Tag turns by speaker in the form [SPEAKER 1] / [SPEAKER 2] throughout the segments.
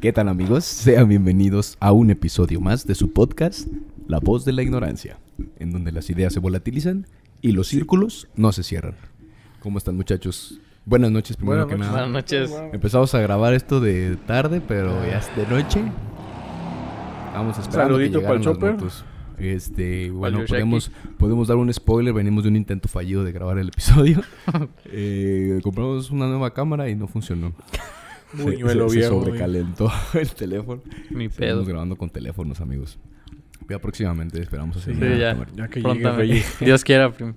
[SPEAKER 1] ¿Qué tal amigos? Sean bienvenidos a un episodio más de su podcast, La voz de la ignorancia, en donde las ideas se volatilizan y los círculos no se cierran. ¿Cómo están muchachos? Buenas noches primero
[SPEAKER 2] Buenas
[SPEAKER 1] que
[SPEAKER 2] noches. Ah.
[SPEAKER 1] nada.
[SPEAKER 3] Buenas noches.
[SPEAKER 1] Empezamos a grabar esto de tarde, pero ya es de noche. Vamos esperando
[SPEAKER 2] Saludito
[SPEAKER 1] que
[SPEAKER 2] pa'l
[SPEAKER 1] llegaran las
[SPEAKER 2] Chopper.
[SPEAKER 1] motos. Este, bueno,
[SPEAKER 3] Yoshaki.
[SPEAKER 1] podemos, podemos dar un spoiler. Venimos de un intento fallido de grabar el episodio. Eh, compramos una nueva cámara y no funcionó. Se-
[SPEAKER 2] Buñuelo
[SPEAKER 1] se, se
[SPEAKER 2] viejo, güey.
[SPEAKER 1] sobrecalentó el teléfono.
[SPEAKER 3] Mi pedo.
[SPEAKER 1] Estamos grabando con teléfonos, amigos. Ya próximamente esperamos hacer
[SPEAKER 2] Sí,
[SPEAKER 1] una
[SPEAKER 3] ya.
[SPEAKER 1] cámara.
[SPEAKER 2] Ya que llegue
[SPEAKER 3] Prontamente.
[SPEAKER 2] Reyes.
[SPEAKER 3] Dios quiera. prim-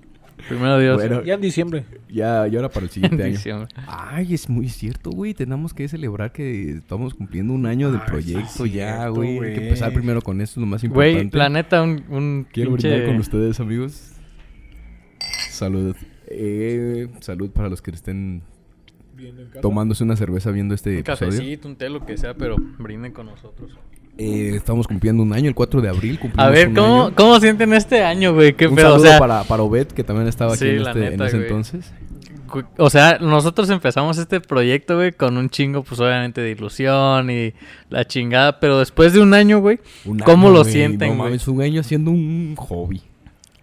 [SPEAKER 3] Primero Dios.
[SPEAKER 1] Bueno,
[SPEAKER 2] Ya en diciembre.
[SPEAKER 1] ya, ya ahora para el
[SPEAKER 3] en
[SPEAKER 1] siguiente año.
[SPEAKER 3] diciembre.
[SPEAKER 1] Ay, es muy cierto, güey. Tenemos que celebrar que estamos cumpliendo un año del
[SPEAKER 2] Ay, sí es
[SPEAKER 1] proyecto ya,
[SPEAKER 2] cierto,
[SPEAKER 1] güey. Hay que
[SPEAKER 2] güey.
[SPEAKER 1] empezar primero con esto, es lo más importante.
[SPEAKER 3] Güey, la neta, un, un
[SPEAKER 1] Quiero
[SPEAKER 3] pinche-
[SPEAKER 1] brindar con ustedes, amigos. Salud. Eh, salud para los que estén tomándose una cerveza viendo este
[SPEAKER 3] un
[SPEAKER 1] episodio.
[SPEAKER 3] cafecito, un té, lo que sea, pero brinden con nosotros.
[SPEAKER 1] Eh, estamos cumpliendo un año, el 4 de abril. Cumplimos
[SPEAKER 3] A ver,
[SPEAKER 1] un
[SPEAKER 3] ¿cómo,
[SPEAKER 1] año.
[SPEAKER 3] ¿cómo sienten este año, güey? ¿Qué
[SPEAKER 1] Un
[SPEAKER 3] pedo? O
[SPEAKER 1] saludo
[SPEAKER 3] sea,
[SPEAKER 1] para, para Obed, que también estaba aquí
[SPEAKER 3] Sí,
[SPEAKER 1] en,
[SPEAKER 3] la
[SPEAKER 1] este- en
[SPEAKER 3] neta,
[SPEAKER 1] ese
[SPEAKER 3] güey.
[SPEAKER 1] entonces.
[SPEAKER 3] cu- o sea, nosotros empezamos este proyecto, güey, con un chingo, pues obviamente de ilusión y la chingada, pero después de un año, güey.
[SPEAKER 1] Un
[SPEAKER 3] ¿Cómo
[SPEAKER 1] año,
[SPEAKER 3] lo
[SPEAKER 1] güey.
[SPEAKER 3] sienten,
[SPEAKER 1] No
[SPEAKER 3] güey?
[SPEAKER 1] mames, un año haciendo un hobby.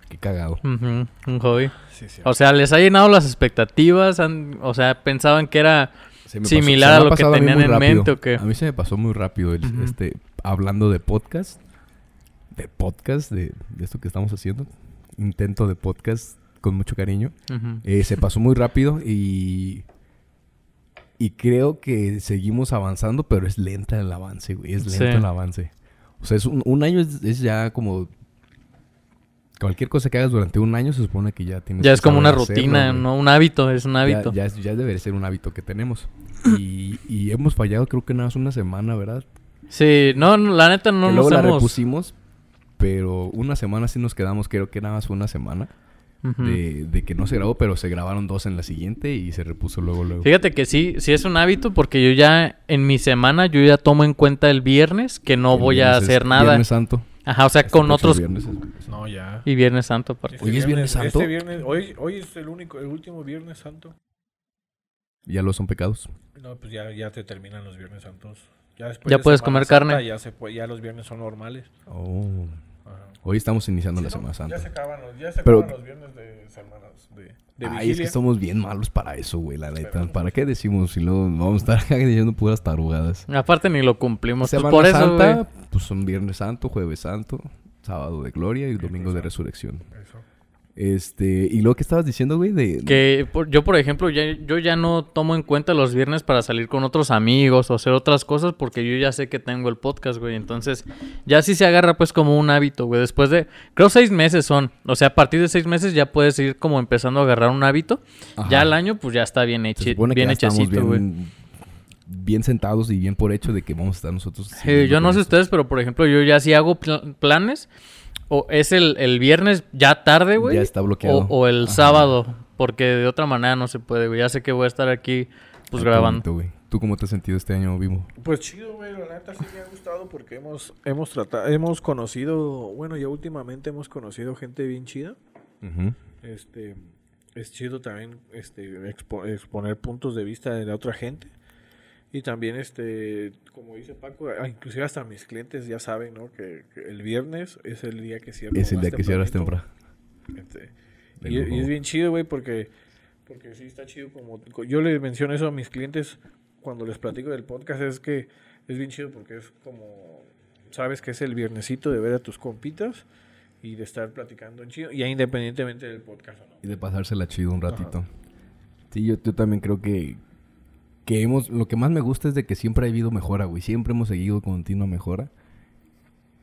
[SPEAKER 1] Qué cagado.
[SPEAKER 3] ujú, un hobby.
[SPEAKER 2] Sí, sí.
[SPEAKER 3] O sea, les ha llenado las expectativas, Han- o sea, pensaban que era
[SPEAKER 1] Se me
[SPEAKER 3] Similar
[SPEAKER 1] pasó- se me
[SPEAKER 3] a lo
[SPEAKER 1] ha
[SPEAKER 3] que
[SPEAKER 1] pasado mí
[SPEAKER 3] tenían
[SPEAKER 1] muy
[SPEAKER 3] en
[SPEAKER 1] rápido.
[SPEAKER 3] mente, ¿o qué?
[SPEAKER 1] A mí se me pasó muy rápido el,
[SPEAKER 3] Ujú.
[SPEAKER 1] este, hablando de podcast, de podcast, de, de esto que estamos haciendo, intento de podcast con mucho cariño.
[SPEAKER 3] ujú,
[SPEAKER 1] Eh, se pasó muy rápido y, y creo que seguimos avanzando, pero es lenta el avance, güey, es lento
[SPEAKER 3] Sí.
[SPEAKER 1] el avance. O sea, es un, un año es, es ya como... Cualquier cosa que hagas durante un año se supone que ya tienes
[SPEAKER 3] Ya
[SPEAKER 1] que
[SPEAKER 3] es como una
[SPEAKER 1] saber hacerlo,
[SPEAKER 3] rutina,
[SPEAKER 1] güey.
[SPEAKER 3] ¿no? Un hábito, es un hábito.
[SPEAKER 1] Ya, ya, es- ya debe de ser un hábito que tenemos. Y, y hemos fallado creo que nada más una semana, ¿verdad?
[SPEAKER 3] Sí, no, no, la neta no
[SPEAKER 1] que
[SPEAKER 3] nos
[SPEAKER 1] luego la
[SPEAKER 3] hemos...
[SPEAKER 1] repusimos, pero una semana sí nos quedamos, creo que nada más fue una semana
[SPEAKER 3] Ujú.
[SPEAKER 1] de, de que no se grabó, pero se grabaron dos en la siguiente y se repuso luego, luego.
[SPEAKER 3] Fíjate que sí, sí es un hábito porque yo ya en mi semana yo ya tomo en cuenta el viernes que no
[SPEAKER 1] El
[SPEAKER 3] voy a
[SPEAKER 1] viernes es-
[SPEAKER 3] hacer nada.
[SPEAKER 1] Viernes Santo.
[SPEAKER 3] Ajá, o sea,
[SPEAKER 1] Este
[SPEAKER 3] con
[SPEAKER 1] próximo
[SPEAKER 3] otros
[SPEAKER 1] viernes es-
[SPEAKER 2] No, ya.
[SPEAKER 3] y viernes santo aparte.
[SPEAKER 2] Este
[SPEAKER 1] Hoy es Viernes Santo.
[SPEAKER 2] Este viernes, hoy, hoy es el único, el último Viernes Santo.
[SPEAKER 1] Ya lo son pecados.
[SPEAKER 2] No, pues ya, ya te terminan los Viernes Santos. Ya, después
[SPEAKER 3] Ya
[SPEAKER 2] de
[SPEAKER 3] puedes
[SPEAKER 2] Semana
[SPEAKER 3] comer carne.
[SPEAKER 2] Santa, Ya, se puede- ya los viernes son normales.
[SPEAKER 1] Oh.
[SPEAKER 2] Ajá.
[SPEAKER 1] Hoy estamos iniciando
[SPEAKER 2] Sí,
[SPEAKER 1] la
[SPEAKER 2] no,
[SPEAKER 1] Semana Santa.
[SPEAKER 2] Ya se acaban los, ya se
[SPEAKER 1] Pero-
[SPEAKER 2] acaban los viernes de semanas de, de
[SPEAKER 1] Ay, es que
[SPEAKER 2] vigilia.
[SPEAKER 1] somos bien malos para eso, güey, la neta.
[SPEAKER 2] Esperamos.
[SPEAKER 1] ¿Para qué decimos si luego vamos a estar diciendo puras tarugadas?
[SPEAKER 3] Aparte ni lo cumplimos. Pues
[SPEAKER 1] Semana
[SPEAKER 3] por eso,
[SPEAKER 1] Santa,
[SPEAKER 3] güey.
[SPEAKER 1] pues son Viernes Santo, Jueves Santo, Sábado de Gloria y Domingo de Resurrección.
[SPEAKER 2] Eso.
[SPEAKER 1] Este, y lo que estabas diciendo, güey, de...
[SPEAKER 3] que por- yo por ejemplo ya yo ya no tomo en cuenta los viernes para salir con otros amigos o hacer otras cosas porque yo ya sé que tengo el podcast, güey. Entonces, ya sí se agarra pues como un hábito, güey. Después de creo seis meses son, o sea, a partir de seis meses ya puedes ir como empezando a agarrar un hábito.
[SPEAKER 1] Ajá.
[SPEAKER 3] Ya al año pues ya está bien
[SPEAKER 1] Se
[SPEAKER 3] hecho,
[SPEAKER 1] supone que
[SPEAKER 3] bien
[SPEAKER 1] ya estamos
[SPEAKER 3] hechecito, güey.
[SPEAKER 1] bien, bien sentados y bien por hecho de que vamos a estar nosotros...
[SPEAKER 3] Sí,
[SPEAKER 1] siguiendo
[SPEAKER 3] Eh, yo no
[SPEAKER 1] con
[SPEAKER 3] sé
[SPEAKER 1] esto.
[SPEAKER 3] ustedes, pero por ejemplo, yo ya sí hago pl- planes. O es el, el viernes ya tarde, güey.
[SPEAKER 1] Ya está bloqueado.
[SPEAKER 3] O, o el
[SPEAKER 1] Ajá.
[SPEAKER 3] sábado. Porque de otra manera no se puede, güey. Ya sé que voy a estar aquí,
[SPEAKER 1] Ay, Ah,
[SPEAKER 3] pues
[SPEAKER 1] qué bonito,
[SPEAKER 3] grabando.
[SPEAKER 1] güey. ¿Tú cómo te has sentido este año vivo?
[SPEAKER 2] Pues chido, güey, la neta sí me ha gustado porque hemos, hemos tratado, hemos conocido, bueno, ya últimamente hemos conocido gente bien chida. Este, es chido también este, expo- exponer puntos de vista de la otra gente. Y también, este, como dice Paco, ah, inclusive hasta mis clientes ya saben, ¿no? Que, que el viernes es el día que cierro.
[SPEAKER 1] Es el
[SPEAKER 2] más
[SPEAKER 1] día que cierras
[SPEAKER 2] tempranito.
[SPEAKER 1] temprano.
[SPEAKER 2] Este,
[SPEAKER 1] De
[SPEAKER 2] y, y
[SPEAKER 1] lujo.
[SPEAKER 2] es bien chido, güey, porque, porque sí está chido. como co- Yo le menciono eso a mis clientes cuando les platico del podcast, es que es bien chido porque es como, sabes que es el viernesito de ver a tus compitas y de estar platicando en chido, ya independientemente del podcast o no.
[SPEAKER 1] Y de pasársela chido un ratito. Sí, yo, yo también creo que, que hemos... Lo que más me gusta es de que siempre ha habido mejora, güey. Siempre hemos seguido continua mejora.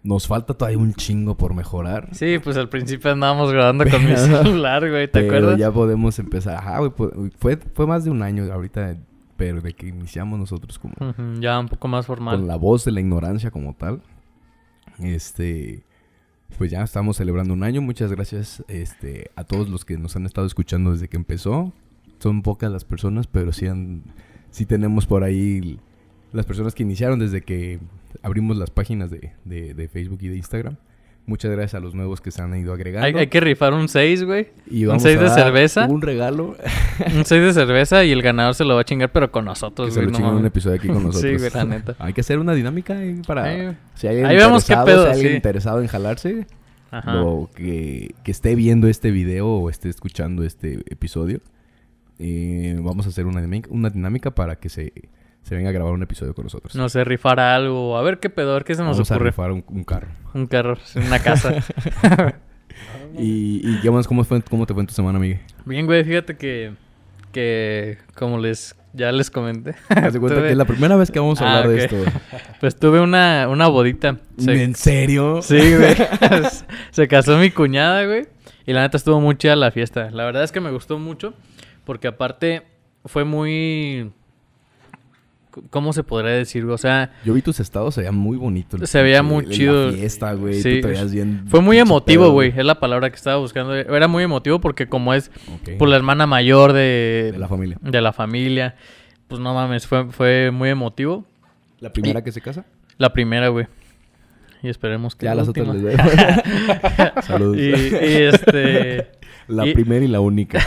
[SPEAKER 1] Nos falta todavía un chingo por mejorar.
[SPEAKER 3] Sí, pues al principio andábamos grabando con mi
[SPEAKER 1] Pero-
[SPEAKER 3] celular, güey. ¿Te
[SPEAKER 1] pero
[SPEAKER 3] acuerdas?
[SPEAKER 1] ya podemos empezar. Ajá, güey, po- Fue, fue más de un año ahorita, pero de que iniciamos nosotros como...
[SPEAKER 3] Ujú, ya un poco más
[SPEAKER 1] Con
[SPEAKER 3] formal.
[SPEAKER 1] la voz de la ignorancia como tal. Este... Pues ya estamos celebrando un año. Muchas gracias este, a todos los que nos han estado escuchando desde que empezó. Son pocas las personas, pero sí, han, sí tenemos por ahí las personas que iniciaron desde que abrimos las páginas de, de- de Facebook y de Instagram. Muchas gracias a los nuevos que se han ido agregando.
[SPEAKER 3] Hay, hay que rifar un 6, güey.
[SPEAKER 1] Y
[SPEAKER 3] un
[SPEAKER 1] vamos
[SPEAKER 3] 6
[SPEAKER 1] a
[SPEAKER 3] de
[SPEAKER 1] dar
[SPEAKER 3] cerveza.
[SPEAKER 1] Un regalo.
[SPEAKER 3] Un 6 de cerveza y el ganador se lo va a chingar, pero con
[SPEAKER 1] que
[SPEAKER 3] nosotros,
[SPEAKER 1] se
[SPEAKER 3] Pues, güey.
[SPEAKER 1] lo
[SPEAKER 3] No
[SPEAKER 1] chinguen un
[SPEAKER 3] mames.
[SPEAKER 1] episodio aquí con nosotros.
[SPEAKER 3] Sí, güey, la neta.
[SPEAKER 1] Hay que hacer una dinámica ahí para...
[SPEAKER 3] Ahí-
[SPEAKER 1] si hay alguien
[SPEAKER 3] ahí vemos qué
[SPEAKER 1] interesado,
[SPEAKER 3] pedo,
[SPEAKER 1] si hay alguien
[SPEAKER 3] sí.
[SPEAKER 1] interesado en jalarse,
[SPEAKER 3] Ajá.
[SPEAKER 1] o que, que esté viendo este video o esté escuchando este episodio, eh, vamos a hacer una dinámica, una dinámica para que se, se venga a grabar un episodio con nosotros.
[SPEAKER 3] No sé, rifar algo. A ver qué pedo, a ver qué se nos
[SPEAKER 1] vamos a
[SPEAKER 3] ocurre.
[SPEAKER 1] rifar un, un carro.
[SPEAKER 3] Un carro, una casa.
[SPEAKER 1] Y, y ya más, ¿cómo, fue, ¿cómo te fue en tu semana, amiga?
[SPEAKER 3] Bien, güey, fíjate que. Que. Como les. Ya les comenté.
[SPEAKER 1] Haz de cuenta
[SPEAKER 3] Tuve-
[SPEAKER 1] que es la primera vez que vamos a
[SPEAKER 3] Ah,
[SPEAKER 1] hablar
[SPEAKER 3] ok.
[SPEAKER 1] de esto.
[SPEAKER 3] Pues tuve una, una bodita. Se-
[SPEAKER 1] ¿En serio?
[SPEAKER 3] Sí, güey. Se casó mi cuñada, güey. Y la neta estuvo muy chida la fiesta. La verdad es que me gustó mucho. Porque aparte fue muy. ¿Cómo se podría decir? güey? O sea,
[SPEAKER 1] Yo vi tus estados, se veía muy bonito. el
[SPEAKER 3] Se veía
[SPEAKER 1] pinche-
[SPEAKER 3] muy
[SPEAKER 1] la
[SPEAKER 3] chido.
[SPEAKER 1] fiesta, güey.
[SPEAKER 3] Sí.
[SPEAKER 1] tú te veías bien.
[SPEAKER 3] fue muy
[SPEAKER 1] pinche
[SPEAKER 3] emotivo,
[SPEAKER 1] pedo,
[SPEAKER 3] güey. Es la palabra que estaba buscando. Era muy emotivo porque, como es
[SPEAKER 1] Ok.
[SPEAKER 3] por la hermana mayor de,
[SPEAKER 1] De la familia.
[SPEAKER 3] de la familia, pues no mames, fue, fue muy emotivo.
[SPEAKER 1] La primera que se casa.
[SPEAKER 3] La primera, güey. Y esperemos que
[SPEAKER 1] Ya
[SPEAKER 3] la
[SPEAKER 1] las
[SPEAKER 3] última.
[SPEAKER 1] otras les doy. Saludos.
[SPEAKER 3] y, y este.
[SPEAKER 1] La
[SPEAKER 3] y-
[SPEAKER 1] primera y la única.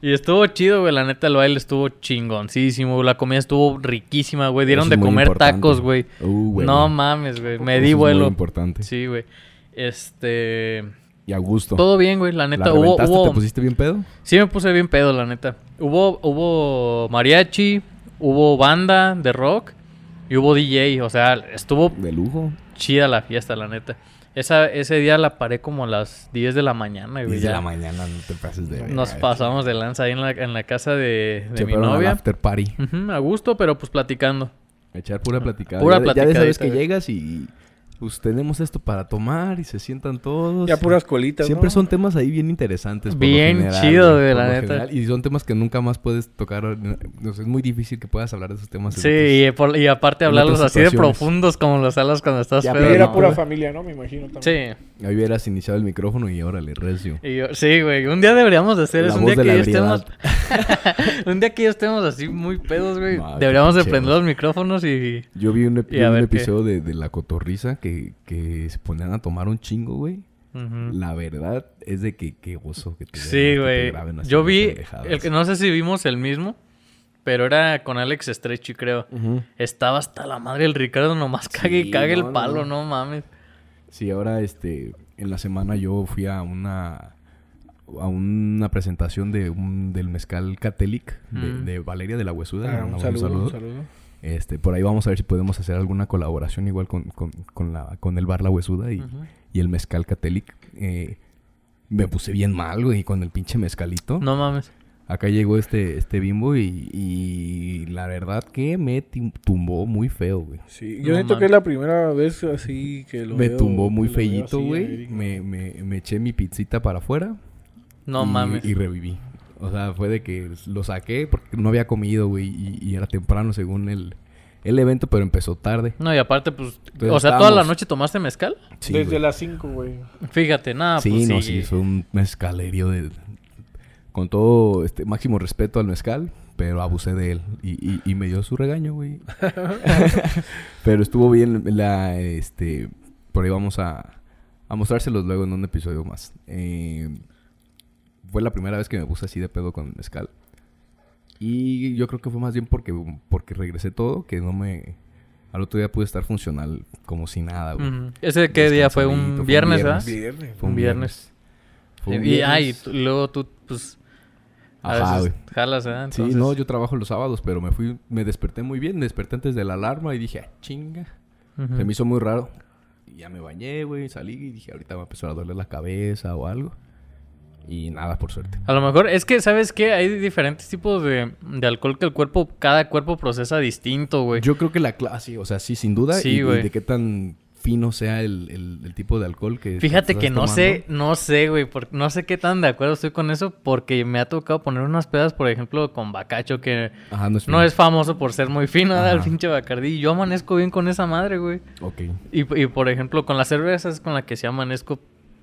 [SPEAKER 3] y estuvo chido, güey. La neta, el baile estuvo chingoncísimo. La comida estuvo riquísima, güey. Dieron
[SPEAKER 1] Eso es
[SPEAKER 3] de
[SPEAKER 1] muy
[SPEAKER 3] comer
[SPEAKER 1] importante.
[SPEAKER 3] tacos, güey.
[SPEAKER 1] Uh, güey.
[SPEAKER 3] No mames, güey. Me
[SPEAKER 1] Eso
[SPEAKER 3] di
[SPEAKER 1] es
[SPEAKER 3] vuelo.
[SPEAKER 1] Muy importante.
[SPEAKER 3] Sí, güey. Este.
[SPEAKER 1] Y a gusto.
[SPEAKER 3] Todo bien, güey. La
[SPEAKER 1] ¿La
[SPEAKER 3] neta, hubo.
[SPEAKER 1] reventaste?
[SPEAKER 3] hubo-
[SPEAKER 1] ¿Te pusiste bien pedo?
[SPEAKER 3] Sí, me puse bien pedo, la neta. Hubo, hubo mariachi, hubo banda de rock y hubo DJ. O sea, estuvo
[SPEAKER 1] De lujo.
[SPEAKER 3] chida la fiesta, la neta. Esa, ese día la paré como a las 10 de la mañana, güey.
[SPEAKER 1] 10 de
[SPEAKER 3] ya.
[SPEAKER 1] la mañana, no te pases de
[SPEAKER 3] Nos pasamos de lanza ahí en la, en la casa de, de
[SPEAKER 1] Se
[SPEAKER 3] mi
[SPEAKER 1] fueron al
[SPEAKER 3] novia.
[SPEAKER 1] after party.
[SPEAKER 3] Ujú, a gusto, pero pues platicando.
[SPEAKER 1] A Echar pura platicada.
[SPEAKER 3] Pura
[SPEAKER 1] ya, de- ya de esa vez
[SPEAKER 3] platicadita,
[SPEAKER 1] que
[SPEAKER 3] güey.
[SPEAKER 1] llegas y... Pues tenemos esto para tomar y se sientan todos.
[SPEAKER 2] Ya
[SPEAKER 1] y-
[SPEAKER 2] puras colitas,
[SPEAKER 1] Siempre
[SPEAKER 2] ¿no?
[SPEAKER 1] son temas ahí bien interesantes. por lo
[SPEAKER 3] Bien
[SPEAKER 1] general,
[SPEAKER 3] chido,
[SPEAKER 1] güey,
[SPEAKER 3] güey,
[SPEAKER 1] por
[SPEAKER 3] la
[SPEAKER 1] lo
[SPEAKER 3] neta.
[SPEAKER 1] general, Y son temas que nunca más puedes tocar. no sé, es muy difícil que puedas hablar de esos temas. en
[SPEAKER 3] Sí,
[SPEAKER 1] otros-
[SPEAKER 3] y, por- y aparte
[SPEAKER 1] en
[SPEAKER 3] hablarlos
[SPEAKER 1] otras
[SPEAKER 3] así de
[SPEAKER 1] situaciones.
[SPEAKER 3] profundos como los hablas cuando estás
[SPEAKER 1] Ya,
[SPEAKER 3] pedo,
[SPEAKER 2] Pero
[SPEAKER 1] Pero
[SPEAKER 2] era
[SPEAKER 1] no,
[SPEAKER 2] pura
[SPEAKER 1] güey.
[SPEAKER 2] familia, ¿no? Me imagino también.
[SPEAKER 3] Sí.
[SPEAKER 1] Ya hubieras iniciado el micrófono y órale, recio.
[SPEAKER 3] Y yo- sí, güey. Un día deberíamos de hacer
[SPEAKER 1] La
[SPEAKER 3] eso. Un
[SPEAKER 1] voz
[SPEAKER 3] día
[SPEAKER 1] de
[SPEAKER 3] que
[SPEAKER 1] la
[SPEAKER 3] ya estemos. un día que ya estemos así muy pedos, güey.
[SPEAKER 1] No, qué
[SPEAKER 3] deberíamos de
[SPEAKER 1] pinche
[SPEAKER 3] prender
[SPEAKER 1] voz.
[SPEAKER 3] los micrófonos y.
[SPEAKER 1] Yo vi un, ep-
[SPEAKER 3] Y
[SPEAKER 1] yo
[SPEAKER 3] a
[SPEAKER 1] vi un
[SPEAKER 3] ver qué.
[SPEAKER 1] episodio de, de La Cotorrisa que, que se ponían a tomar un chingo, güey.
[SPEAKER 3] Ujú.
[SPEAKER 1] La verdad es de que qué gozo que te
[SPEAKER 3] Sí, güey. Yo vi. El que
[SPEAKER 1] no...
[SPEAKER 3] no sé si vimos el mismo. Pero era con Alex Estrechi, creo. Estaba hasta la madre el Ricardo, nomás cague
[SPEAKER 1] Sí,
[SPEAKER 3] y cague
[SPEAKER 1] no,
[SPEAKER 3] el palo,
[SPEAKER 1] no.
[SPEAKER 3] no, mames.
[SPEAKER 1] Sí, ahora este, en la semana yo fui a una a una presentación de un, del mezcal Catelic de,
[SPEAKER 3] Mm.
[SPEAKER 1] de Valeria de la Huesuda.
[SPEAKER 2] Ah,
[SPEAKER 1] Le
[SPEAKER 2] un
[SPEAKER 1] mandamos
[SPEAKER 2] saludo, un saludo.
[SPEAKER 1] Este, por ahí vamos a ver si podemos hacer alguna colaboración igual con, con, con la, con el bar La Huesuda y,
[SPEAKER 3] Ujú.
[SPEAKER 1] y el mezcal Catelic. Eh, me puse bien mal, güey, con el pinche mezcalito.
[SPEAKER 3] No mames.
[SPEAKER 1] Acá llegó este, este bimbo y, y la verdad que me tim- tumbó muy feo, güey.
[SPEAKER 2] Sí, yo
[SPEAKER 3] No
[SPEAKER 2] siento que
[SPEAKER 3] mames.
[SPEAKER 2] es la primera vez así que lo
[SPEAKER 1] Me
[SPEAKER 2] veo-
[SPEAKER 1] tumbó muy
[SPEAKER 2] que lo veo
[SPEAKER 1] feíto,
[SPEAKER 2] así,
[SPEAKER 1] güey.
[SPEAKER 2] Eric, ¿no?
[SPEAKER 1] Me, me, me eché mi pizzita para afuera.
[SPEAKER 3] No
[SPEAKER 1] y,
[SPEAKER 3] mames.
[SPEAKER 1] Y reviví. O sea, fue de que lo saqué porque no había comido, güey. Y, y era temprano según el, el evento, pero empezó tarde.
[SPEAKER 3] No, y aparte, pues.
[SPEAKER 1] Entonces
[SPEAKER 3] o sea, toda la
[SPEAKER 1] estábamos-
[SPEAKER 3] noche tomaste mezcal.
[SPEAKER 1] Sí,
[SPEAKER 2] Desde
[SPEAKER 1] güey.
[SPEAKER 2] las 5, güey.
[SPEAKER 3] Fíjate, nada,
[SPEAKER 1] sí,
[SPEAKER 3] pues.
[SPEAKER 1] no,
[SPEAKER 3] sí.
[SPEAKER 1] sí, fue un mezcalerio de... Con todo este máximo respeto al mezcal, pero abusé de él. Y, y- y me dio su regaño, güey. pero estuvo bien la... Este... Por ahí vamos a, a mostrárselos luego en un episodio más. Eh, fue la primera vez que me puse así de pedo con el mezcal. Y yo creo que fue más bien porque, porque regresé todo, que no me... Al otro día pude estar funcional como si nada, güey.
[SPEAKER 3] Ujú. ¿Ese qué día fue?
[SPEAKER 1] Descansadito,
[SPEAKER 3] ¿Un
[SPEAKER 1] fue un
[SPEAKER 3] viernes,
[SPEAKER 1] viernes.
[SPEAKER 3] verdad?
[SPEAKER 2] Viernes.
[SPEAKER 1] Fue
[SPEAKER 3] Un viernes.
[SPEAKER 1] Fue un
[SPEAKER 3] Y- Y, ay,
[SPEAKER 1] viernes.
[SPEAKER 3] luego tú, pues. A
[SPEAKER 1] Ajá,
[SPEAKER 3] veces
[SPEAKER 1] güey.
[SPEAKER 3] jalas, ¿verdad?
[SPEAKER 1] Sí,
[SPEAKER 3] Entonces,
[SPEAKER 1] no, yo trabajo los sábados, pero me fui, me desperté muy bien, me desperté antes de la alarma y dije, ah, chinga.
[SPEAKER 3] ujú.
[SPEAKER 1] Se me hizo muy raro. Y ya me bañé, güey, salí y dije, ahorita va a empezar a doler la cabeza o algo. Y nada, por suerte.
[SPEAKER 3] A lo mejor es que, ¿sabes qué? Hay diferentes tipos de, de alcohol que el cuerpo, cada cuerpo procesa distinto, güey.
[SPEAKER 1] Yo creo que la clase, o sea, sí, sin duda.
[SPEAKER 3] Sí,
[SPEAKER 1] y- y,
[SPEAKER 3] güey.
[SPEAKER 1] de qué tan fino sea el, el- el tipo de alcohol que.
[SPEAKER 3] Fíjate
[SPEAKER 1] estás
[SPEAKER 3] que no sé,
[SPEAKER 1] tomando.
[SPEAKER 3] no sé, güey, por- no sé qué tan de acuerdo estoy con eso, porque me ha tocado poner unas pedas, por ejemplo, con bacacho, que
[SPEAKER 1] Ajá, no es
[SPEAKER 3] no
[SPEAKER 1] fino.
[SPEAKER 3] es famoso por ser muy fino, ¿verdad? el
[SPEAKER 1] Ajá.
[SPEAKER 3] pinche bacardí. Yo amanezco bien con esa madre, güey.
[SPEAKER 1] Ok.
[SPEAKER 3] Y, y, por ejemplo, con las cervezas con la que se amanezco,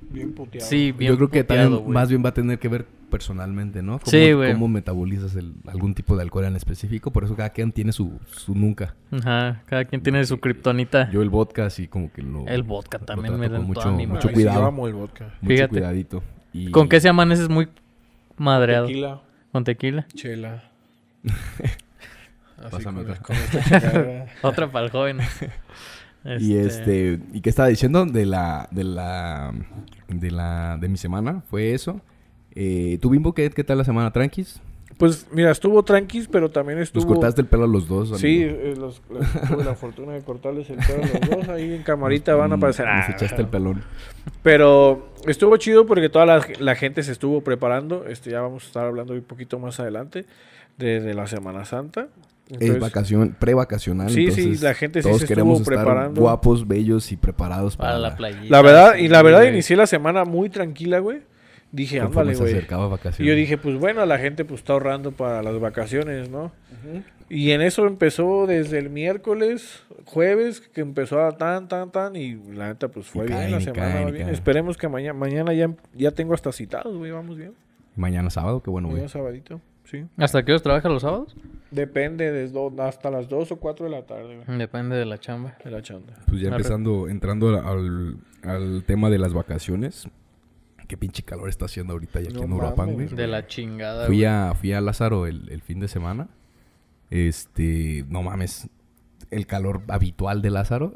[SPEAKER 2] Bien puteado.
[SPEAKER 3] sí, bien
[SPEAKER 1] Yo creo que
[SPEAKER 3] puteado,
[SPEAKER 1] también,
[SPEAKER 3] güey.
[SPEAKER 1] más bien va a tener que ver personalmente, ¿no? ¿Cómo,
[SPEAKER 3] Sí, güey.
[SPEAKER 1] ¿Cómo metabolizas el- algún tipo de alcohol en específico? Por eso cada quien tiene su, su nunca.
[SPEAKER 3] Ajá, cada quien tiene su kriptonita.
[SPEAKER 1] Yo el vodka así como que lo...
[SPEAKER 3] El vodka también
[SPEAKER 1] trato
[SPEAKER 3] me
[SPEAKER 1] con
[SPEAKER 3] da en toda
[SPEAKER 1] mucho-
[SPEAKER 3] mi
[SPEAKER 1] mucho
[SPEAKER 2] Ay,
[SPEAKER 3] madre.
[SPEAKER 2] sí,
[SPEAKER 1] cuidado.
[SPEAKER 2] yo amo el vodka.
[SPEAKER 1] Mucho
[SPEAKER 3] Fíjate.
[SPEAKER 1] cuidadito. Y-
[SPEAKER 3] ¿Con qué se amaneces muy madreado?
[SPEAKER 2] Tequila,
[SPEAKER 3] Con tequila.
[SPEAKER 2] chela. Así
[SPEAKER 1] Pásame
[SPEAKER 2] con-
[SPEAKER 1] otra.
[SPEAKER 2] con esta chingada.
[SPEAKER 3] Otra para el joven.
[SPEAKER 1] Y este, ¿y qué estaba diciendo de la, de la, de la, de mi semana? Fue eso. Eh, ¿Tu bimbo qué, qué tal la semana, tranquis?
[SPEAKER 2] Pues mira, estuvo tranquis, pero también estuvo...
[SPEAKER 1] Nos cortaste el pelo a los dos.
[SPEAKER 2] Sí,
[SPEAKER 1] amigo.
[SPEAKER 2] eh, los, los- tuve la fortuna de cortarles el pelo a los dos. Ahí en camarita van a
[SPEAKER 1] Mm,
[SPEAKER 2] aparecer.
[SPEAKER 1] Nos
[SPEAKER 2] Ah,
[SPEAKER 1] echaste el pelón.
[SPEAKER 2] Pero estuvo chido porque toda la, la gente se estuvo preparando. Este, ya vamos a estar hablando un poquito más adelante de, de la Semana Santa.
[SPEAKER 1] es
[SPEAKER 2] Entonces,
[SPEAKER 1] vacación, pre-vacacional.
[SPEAKER 2] Sí, sí,
[SPEAKER 1] entonces
[SPEAKER 2] la gente sí
[SPEAKER 1] todos
[SPEAKER 2] se estuvo
[SPEAKER 1] queremos estar
[SPEAKER 2] preparando.
[SPEAKER 1] guapos, bellos y preparados para,
[SPEAKER 3] Para la playa.
[SPEAKER 2] la verdad, y la verdad inicié la semana muy tranquila, güey. Dije,
[SPEAKER 1] Conforme
[SPEAKER 2] ándale,
[SPEAKER 1] se
[SPEAKER 2] güey.
[SPEAKER 1] acercaba
[SPEAKER 2] Y
[SPEAKER 1] vacaciones.
[SPEAKER 2] yo dije, pues bueno, la gente pues está ahorrando para las vacaciones, ¿no? Y en eso empezó desde el miércoles, jueves, que empezó a tan, tan, tan, y la neta pues fue
[SPEAKER 1] Y
[SPEAKER 2] bien
[SPEAKER 1] caen,
[SPEAKER 2] la
[SPEAKER 1] y
[SPEAKER 2] semana.
[SPEAKER 1] caen,
[SPEAKER 2] va
[SPEAKER 1] y
[SPEAKER 2] bien.
[SPEAKER 1] caen.
[SPEAKER 2] Esperemos que mañana, mañana ya, ya tengo hasta citados, güey, vamos bien.
[SPEAKER 1] Mañana sábado, qué bueno, güey.
[SPEAKER 2] Mañana sabadito, sí.
[SPEAKER 3] ¿Hasta qué hora trabaja los sábados?
[SPEAKER 2] Depende, desde do- hasta las 2 o 4 de la tarde, güey.
[SPEAKER 3] Depende de la chamba.
[SPEAKER 2] De la chanda.
[SPEAKER 1] Pues ya
[SPEAKER 3] Arre.
[SPEAKER 1] empezando, entrando al- al, al tema de las vacaciones. Qué pinche calor está haciendo ahorita ya aquí
[SPEAKER 2] No
[SPEAKER 1] en Europa,
[SPEAKER 2] mames,
[SPEAKER 1] güey.
[SPEAKER 3] De la chingada.
[SPEAKER 1] Fui
[SPEAKER 3] güey.
[SPEAKER 1] a, fui a Lázaro el, el fin de semana. Este, no mames. El calor habitual de Lázaro.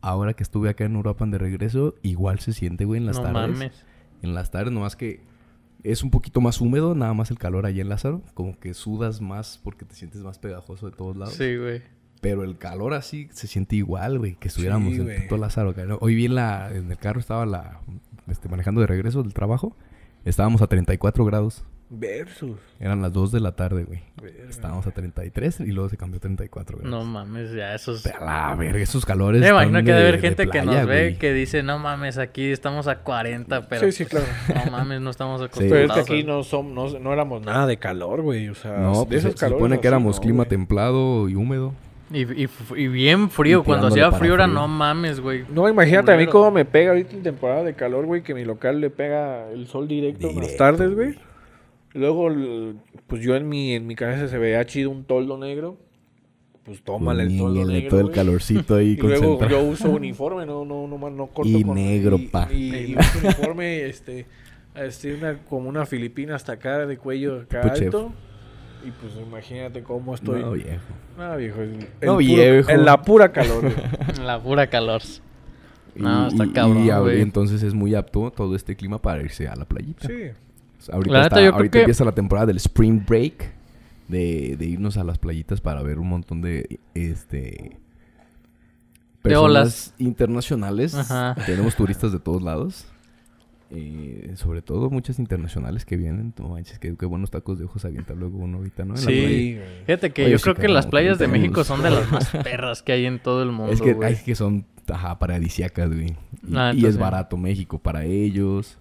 [SPEAKER 1] Ahora que estuve acá en Europa de regreso, igual se siente, güey, en las
[SPEAKER 3] no
[SPEAKER 1] tardes.
[SPEAKER 3] mames.
[SPEAKER 1] En las tardes, nomás que es un poquito más húmedo, nada más el calor allá en Lázaro. Como que sudas más porque te sientes más pegajoso de todos lados.
[SPEAKER 3] Sí, güey.
[SPEAKER 1] Pero el calor así se siente igual, güey, que estuviéramos
[SPEAKER 2] Sí,
[SPEAKER 1] en
[SPEAKER 2] güey.
[SPEAKER 1] puto Lázaro. cabrón. Hoy vi en, la, en el carro, estaba la, este, manejando de regreso del trabajo. Estábamos a 34 grados.
[SPEAKER 2] Versus.
[SPEAKER 1] Eran las 2 de la tarde, güey.
[SPEAKER 2] Verga.
[SPEAKER 1] Estábamos a 33 y luego se cambió a 34 grados.
[SPEAKER 3] No mames, ya esos.
[SPEAKER 1] Pero A la verga, esos calores.
[SPEAKER 3] Me imagino
[SPEAKER 1] están
[SPEAKER 3] que debe
[SPEAKER 1] de-
[SPEAKER 3] haber
[SPEAKER 1] de
[SPEAKER 3] gente que
[SPEAKER 1] playa,
[SPEAKER 3] nos ve
[SPEAKER 1] güey.
[SPEAKER 3] que dice, no mames, aquí estamos a 40, pero. pues,
[SPEAKER 2] Sí, sí, claro.
[SPEAKER 3] No mames, no estamos
[SPEAKER 2] Pero
[SPEAKER 3] acostumbrados.
[SPEAKER 2] es que aquí no, son, no, no éramos nada de calor, güey. O sea,
[SPEAKER 1] No,
[SPEAKER 2] Ah, de
[SPEAKER 1] pues se,
[SPEAKER 2] esos
[SPEAKER 1] se
[SPEAKER 2] calores
[SPEAKER 1] supone que
[SPEAKER 2] así,
[SPEAKER 1] éramos
[SPEAKER 2] no,
[SPEAKER 1] clima
[SPEAKER 2] güey.
[SPEAKER 1] templado y húmedo.
[SPEAKER 3] Y, y f- y bien frío.
[SPEAKER 1] Y
[SPEAKER 3] Cuando
[SPEAKER 1] tirándole
[SPEAKER 3] hacía
[SPEAKER 1] para
[SPEAKER 3] frío era,
[SPEAKER 1] frío.
[SPEAKER 3] no mames, güey.
[SPEAKER 2] No, imagínate a mí
[SPEAKER 3] Culero.
[SPEAKER 2] cómo me pega ahorita en temporada de calor, güey, que mi local le pega el sol directo, en las
[SPEAKER 1] Directo,
[SPEAKER 2] tardes, güey. Luego, el- pues yo en mi, en mi cabeza se veía chido un toldo negro. Pues tómale el toldo
[SPEAKER 1] Ñéngale
[SPEAKER 2] negro.
[SPEAKER 1] todo el
[SPEAKER 2] güey.
[SPEAKER 1] calorcito ahí
[SPEAKER 2] Y luego
[SPEAKER 1] concentrado.
[SPEAKER 2] yo uso uniforme, no, no, no, no corto
[SPEAKER 1] Y negro,
[SPEAKER 2] y-
[SPEAKER 1] pa.
[SPEAKER 2] Y, y uso uniforme, este, este, una, como una filipina hasta acá, de cuello acá
[SPEAKER 1] Tipo Pues, chef.
[SPEAKER 2] alto. Y pues imagínate cómo estoy.
[SPEAKER 1] No,
[SPEAKER 2] No,
[SPEAKER 1] viejo.
[SPEAKER 2] viejo. el- el
[SPEAKER 1] No,
[SPEAKER 2] puro-
[SPEAKER 1] viejo.
[SPEAKER 2] En la pura calor. güey.
[SPEAKER 3] La pura calor. No,
[SPEAKER 1] Y-
[SPEAKER 3] está
[SPEAKER 1] y-
[SPEAKER 3] cabrón,
[SPEAKER 1] y ahora-
[SPEAKER 3] güey.
[SPEAKER 1] y entonces es muy apto todo este clima para irse a la playita.
[SPEAKER 2] Sí.
[SPEAKER 1] Pues, Ahorita,
[SPEAKER 3] La neta,
[SPEAKER 1] está-
[SPEAKER 3] yo creo
[SPEAKER 1] ahorita
[SPEAKER 3] que-
[SPEAKER 1] empieza la temporada del Spring Break. De, de irnos a las playitas para ver un montón de este
[SPEAKER 3] olas.
[SPEAKER 1] internacionales.
[SPEAKER 3] Ajá.
[SPEAKER 1] Tenemos turistas de todos lados. Eh, sobre todo muchas internacionales que vienen. No manches, qué, qué buenos tacos de ojos avienta luego uno ahorita, ¿no? En la
[SPEAKER 3] Sí.
[SPEAKER 1] playa.
[SPEAKER 2] Sí, güey.
[SPEAKER 3] Fíjate que
[SPEAKER 1] Oye,
[SPEAKER 3] yo
[SPEAKER 1] sí,
[SPEAKER 3] creo que
[SPEAKER 1] cabrón,
[SPEAKER 3] las playas de
[SPEAKER 1] 30
[SPEAKER 3] México
[SPEAKER 1] años.
[SPEAKER 3] son de las más perras que hay en todo el mundo.
[SPEAKER 1] Es que,
[SPEAKER 3] güey.
[SPEAKER 1] ay, es que son ajá, paradisíacas, güey. Y,
[SPEAKER 3] Ah,
[SPEAKER 1] y
[SPEAKER 3] entonces-
[SPEAKER 1] es barato México para ellos.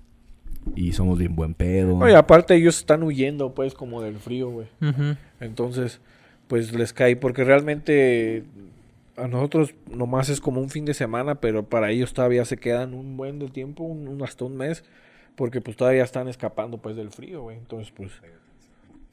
[SPEAKER 1] Y somos bien buen pedo.
[SPEAKER 2] No, y aparte ellos están huyendo, pues, como del frío, güey.
[SPEAKER 3] Ujú.
[SPEAKER 2] Entonces, pues les cae, porque realmente a nosotros nomás es como un fin de semana, pero para ellos todavía se quedan un buen de tiempo, un, un- hasta un mes, porque pues todavía están escapando, pues, del frío, güey. Entonces, pues...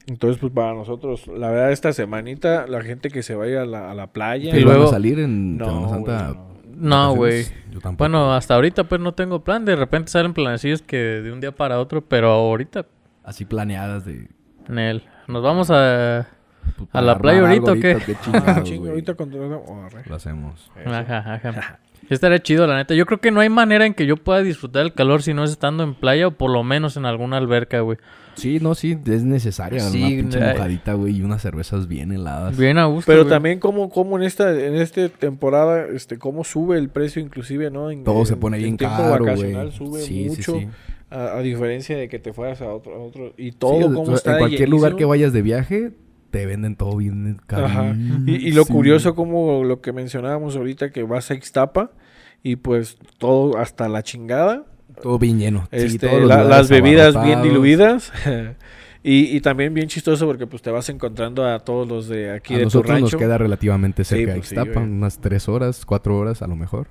[SPEAKER 2] Entonces, pues para nosotros, la verdad, esta semanita, la gente que se vaya a la, a la playa.
[SPEAKER 1] ¿Te
[SPEAKER 3] Y
[SPEAKER 1] van
[SPEAKER 3] luego-
[SPEAKER 1] a salir en
[SPEAKER 2] No,
[SPEAKER 1] Semana Santa?
[SPEAKER 2] güey, no.
[SPEAKER 3] No, güey.
[SPEAKER 1] vacaciones? Yo tampoco.
[SPEAKER 3] Bueno, hasta ahorita pues no tengo plan. De repente salen planecillos que de un día para otro, pero ahorita,
[SPEAKER 1] Así planeadas de...
[SPEAKER 3] Nel, nos vamos a...
[SPEAKER 1] pues,
[SPEAKER 3] ¿A la
[SPEAKER 1] para
[SPEAKER 3] playa
[SPEAKER 1] armar
[SPEAKER 3] ahorita o
[SPEAKER 1] algo
[SPEAKER 3] qué?
[SPEAKER 1] qué
[SPEAKER 2] Ah,
[SPEAKER 1] chingados,
[SPEAKER 2] chinga,
[SPEAKER 1] güey.
[SPEAKER 2] ahorita controlamos- oh, arre.
[SPEAKER 1] Lo hacemos.
[SPEAKER 3] Ajá, ajá. Sí Estaría chido, la neta. Yo creo que no hay manera en que yo pueda disfrutar el calor si no es estando en playa o por lo menos en alguna alberca, güey.
[SPEAKER 1] Sí, no, sí, es necesaria
[SPEAKER 3] Sí,
[SPEAKER 1] una pinche
[SPEAKER 3] ay.
[SPEAKER 1] mojadita, güey, y unas cervezas bien heladas.
[SPEAKER 3] Bien a gusto.
[SPEAKER 2] Pero
[SPEAKER 3] güey.
[SPEAKER 2] también como como en esta en esta temporada este cómo sube el precio inclusive, ¿no? En-
[SPEAKER 1] Todo se
[SPEAKER 2] en-
[SPEAKER 1] pone
[SPEAKER 2] el
[SPEAKER 1] bien
[SPEAKER 2] tiempo
[SPEAKER 1] caro,
[SPEAKER 2] vacacional
[SPEAKER 1] güey.
[SPEAKER 2] sube
[SPEAKER 1] Sí, sí,
[SPEAKER 2] mucho
[SPEAKER 1] sí.
[SPEAKER 2] A, a diferencia de que te fueras a otro a otro y
[SPEAKER 1] Sí,
[SPEAKER 2] todo
[SPEAKER 1] o-
[SPEAKER 2] como
[SPEAKER 1] o-
[SPEAKER 2] está
[SPEAKER 1] En
[SPEAKER 2] de
[SPEAKER 1] cualquier lugar que
[SPEAKER 2] llenísimo.
[SPEAKER 1] vayas de viaje, te venden todo bien caro.
[SPEAKER 2] Ajá. Y, y lo curioso como lo que mencionábamos ahorita que vas a Ixtapa y pues todo hasta la chingada,
[SPEAKER 1] Todo bien lleno. Sí,
[SPEAKER 2] este,
[SPEAKER 1] todos los
[SPEAKER 2] la-
[SPEAKER 1] lugares
[SPEAKER 2] las bebidas bien
[SPEAKER 1] abarrotados.
[SPEAKER 2] diluidas. Y, y también bien chistoso porque pues te vas encontrando a todos los de aquí
[SPEAKER 1] a
[SPEAKER 2] de tu
[SPEAKER 1] nosotros nos
[SPEAKER 2] rancho.
[SPEAKER 1] queda relativamente
[SPEAKER 2] Sí,
[SPEAKER 1] cerca
[SPEAKER 2] pues sí,
[SPEAKER 1] de Ixtapa,
[SPEAKER 2] güey.
[SPEAKER 1] unas tres horas, cuatro horas a lo mejor.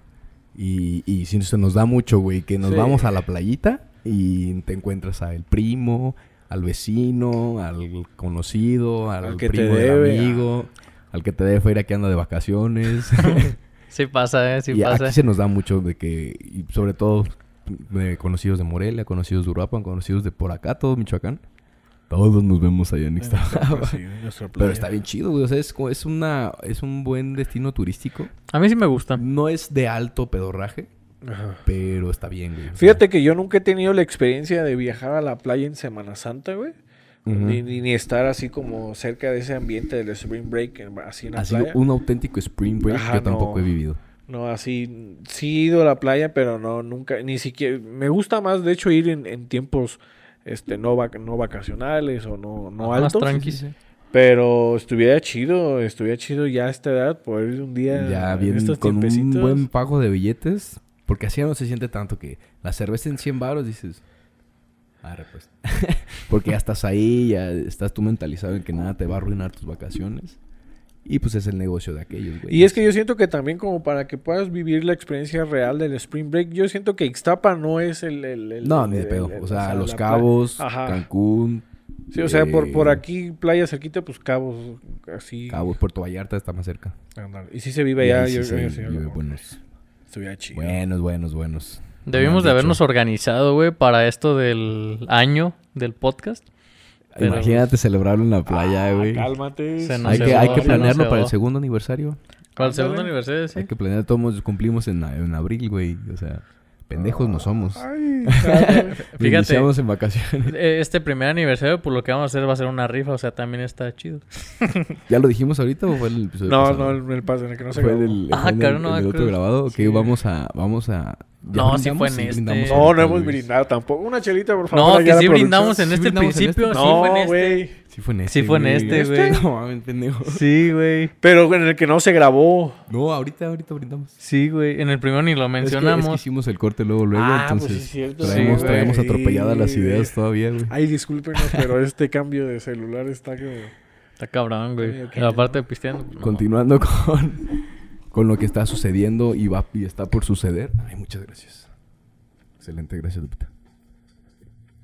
[SPEAKER 1] Y, y si se nos da mucho, güey, que nos
[SPEAKER 2] Sí.
[SPEAKER 1] vamos a la playita y te encuentras al primo, al vecino, al conocido, al,
[SPEAKER 2] Al que te
[SPEAKER 1] primo del
[SPEAKER 2] debe, ah.
[SPEAKER 1] amigo, al que te debe feria que anda de vacaciones.
[SPEAKER 3] Sí pasa, ¿eh? Sí
[SPEAKER 1] y
[SPEAKER 3] pasa.
[SPEAKER 1] aquí se nos da mucho de que, y sobre todo, de conocidos de Morelia, conocidos de Uruapan, conocidos de por acá, todo Michoacán. Todos nos vemos
[SPEAKER 2] Eh,
[SPEAKER 1] allá en Ixtapa.
[SPEAKER 2] Sí, en nuestra
[SPEAKER 1] Pero
[SPEAKER 2] playa.
[SPEAKER 1] está bien chido, güey. O sea, es, co- es, una, es un buen destino turístico.
[SPEAKER 3] A mí sí me gusta.
[SPEAKER 1] No es de alto pedorraje,
[SPEAKER 2] Ajá.
[SPEAKER 1] pero está bien, güey. O sea,
[SPEAKER 2] Fíjate que yo nunca he tenido la experiencia de viajar a la playa en Semana Santa, güey.
[SPEAKER 1] Ujú.
[SPEAKER 2] ni, ni, ni estar así como cerca de ese ambiente del Spring Break, en- así en la
[SPEAKER 1] ha sido
[SPEAKER 2] playa.
[SPEAKER 1] un auténtico spring break
[SPEAKER 2] Ajá,
[SPEAKER 1] que yo tampoco
[SPEAKER 2] no.
[SPEAKER 1] he vivido.
[SPEAKER 2] No, así, sí he ido a la playa, pero no, nunca, ni siquiera, me gusta más, de hecho, ir en, en tiempos, este, no, vac- no vacacionales o no, no
[SPEAKER 3] Más
[SPEAKER 2] altos.
[SPEAKER 3] tranqui.
[SPEAKER 2] Pero estuviera chido, estuviera chido ya a esta edad poder ir un día
[SPEAKER 1] Ya
[SPEAKER 2] en
[SPEAKER 1] bien
[SPEAKER 2] estos
[SPEAKER 1] con un
[SPEAKER 2] tiempecitos.
[SPEAKER 1] buen pago de billetes, porque así ya no se siente tanto que la cerveza en 100 baros dices, arre pues. porque ya estás ahí, ya estás tú mentalizado en que nada te va a arruinar tus vacaciones. Y pues es el negocio de aquellos, güey.
[SPEAKER 2] Y es que yo siento que también como para que puedas vivir la experiencia real del Spring Break, yo siento que Ixtapa no es el... el- el-
[SPEAKER 1] No,
[SPEAKER 2] el-
[SPEAKER 1] ni de
[SPEAKER 2] el-
[SPEAKER 1] pedo.
[SPEAKER 2] el-
[SPEAKER 1] O sea,
[SPEAKER 2] la
[SPEAKER 1] Los
[SPEAKER 2] pla-
[SPEAKER 1] Cabos,
[SPEAKER 2] Ajá.
[SPEAKER 1] Cancún,
[SPEAKER 2] Sí, o sea, por, por
[SPEAKER 1] eh,
[SPEAKER 2] aquí, playa cerquita, pues Cabos, así.
[SPEAKER 1] Cabos, Puerto Vallarta está más cerca.
[SPEAKER 2] Ándale. Y sí se vive
[SPEAKER 1] Y
[SPEAKER 2] allá,
[SPEAKER 1] ahí
[SPEAKER 2] yo
[SPEAKER 1] sí
[SPEAKER 2] creo
[SPEAKER 1] se
[SPEAKER 2] que sí,
[SPEAKER 1] vive
[SPEAKER 2] ¿no?
[SPEAKER 1] buenos,
[SPEAKER 2] Estuviera chido.
[SPEAKER 1] buenos, buenos, buenos.
[SPEAKER 3] Debimos
[SPEAKER 1] Me
[SPEAKER 3] de
[SPEAKER 1] han
[SPEAKER 3] habernos
[SPEAKER 1] dicho.
[SPEAKER 3] organizado, güey, para esto del año del podcast. pero-
[SPEAKER 1] Imagínate celebrarlo en la
[SPEAKER 3] Ah,
[SPEAKER 2] Ah,
[SPEAKER 1] playa, güey.
[SPEAKER 2] Cálmate.
[SPEAKER 3] Se nos
[SPEAKER 1] hay
[SPEAKER 3] se
[SPEAKER 1] que, hay
[SPEAKER 3] va,
[SPEAKER 1] que
[SPEAKER 3] se nos
[SPEAKER 1] planearlo
[SPEAKER 3] se
[SPEAKER 1] para el
[SPEAKER 3] va.
[SPEAKER 1] segundo aniversario.
[SPEAKER 3] Para el segundo
[SPEAKER 2] Ándale.
[SPEAKER 3] aniversario, sí.
[SPEAKER 1] Hay que planear, todos cumplimos en, en abril, güey. O sea, pendejos no somos.
[SPEAKER 2] Ay, claro.
[SPEAKER 1] Lo
[SPEAKER 3] Fíjate.
[SPEAKER 1] Iniciamos en vacaciones.
[SPEAKER 3] Eh, Este primer aniversario, por lo que vamos a hacer va a ser una rifa, o sea, también está chido.
[SPEAKER 1] ¿Ya lo dijimos ahorita o fue en el episodio
[SPEAKER 2] no, no,
[SPEAKER 1] pasado?
[SPEAKER 2] el, el paso en el que no se
[SPEAKER 1] Fue en
[SPEAKER 2] grabó.
[SPEAKER 1] el,
[SPEAKER 3] Ah,
[SPEAKER 1] fue en el-
[SPEAKER 3] claro, no
[SPEAKER 1] en
[SPEAKER 3] me
[SPEAKER 1] el otro
[SPEAKER 3] acuerdo.
[SPEAKER 1] grabado. Ok,
[SPEAKER 2] Sí.
[SPEAKER 1] vamos a... Vamos a ¿ya
[SPEAKER 3] No, sí
[SPEAKER 1] brindamos?
[SPEAKER 3] fue en este.
[SPEAKER 1] brindamos
[SPEAKER 3] el-
[SPEAKER 2] No,
[SPEAKER 1] ahorita,
[SPEAKER 2] no hemos
[SPEAKER 1] güey.
[SPEAKER 2] brindado tampoco. Una chelita, por favor.
[SPEAKER 3] No,
[SPEAKER 2] allá
[SPEAKER 3] que
[SPEAKER 2] a la
[SPEAKER 3] sí
[SPEAKER 2] producción.
[SPEAKER 3] brindamos en
[SPEAKER 1] Sí
[SPEAKER 3] este
[SPEAKER 1] brindamos en
[SPEAKER 3] principio,
[SPEAKER 1] este.
[SPEAKER 3] sí fue en
[SPEAKER 2] No,
[SPEAKER 3] este.
[SPEAKER 2] güey.
[SPEAKER 1] Sí fue en este,
[SPEAKER 3] Sí fue en este, güey.
[SPEAKER 1] No, mames, pendejo.
[SPEAKER 3] Sí, güey.
[SPEAKER 2] Pero en el que no se grabó.
[SPEAKER 1] No, ahorita, ahorita brindamos.
[SPEAKER 3] Sí, güey. En el primero ni lo
[SPEAKER 1] Es que- Es que
[SPEAKER 3] mencionamos.
[SPEAKER 1] hicimos el corte luego, luego,
[SPEAKER 2] Ah, pues
[SPEAKER 1] entonces...
[SPEAKER 2] sí, cierto.
[SPEAKER 1] traemos,
[SPEAKER 3] Sí, güey.
[SPEAKER 1] traemos atropelladas las
[SPEAKER 2] Sí,
[SPEAKER 1] ideas
[SPEAKER 2] güey.
[SPEAKER 1] todavía, güey.
[SPEAKER 2] Ay, discúlpenos, pero este cambio de celular está que...
[SPEAKER 3] Está cabrón, güey.
[SPEAKER 2] Ok, ok.
[SPEAKER 3] La parte de pisteando. pues, no.
[SPEAKER 1] Continuando con, con lo que está sucediendo y, va, y está por suceder. Ay, muchas gracias. Excelente, gracias, Lupita.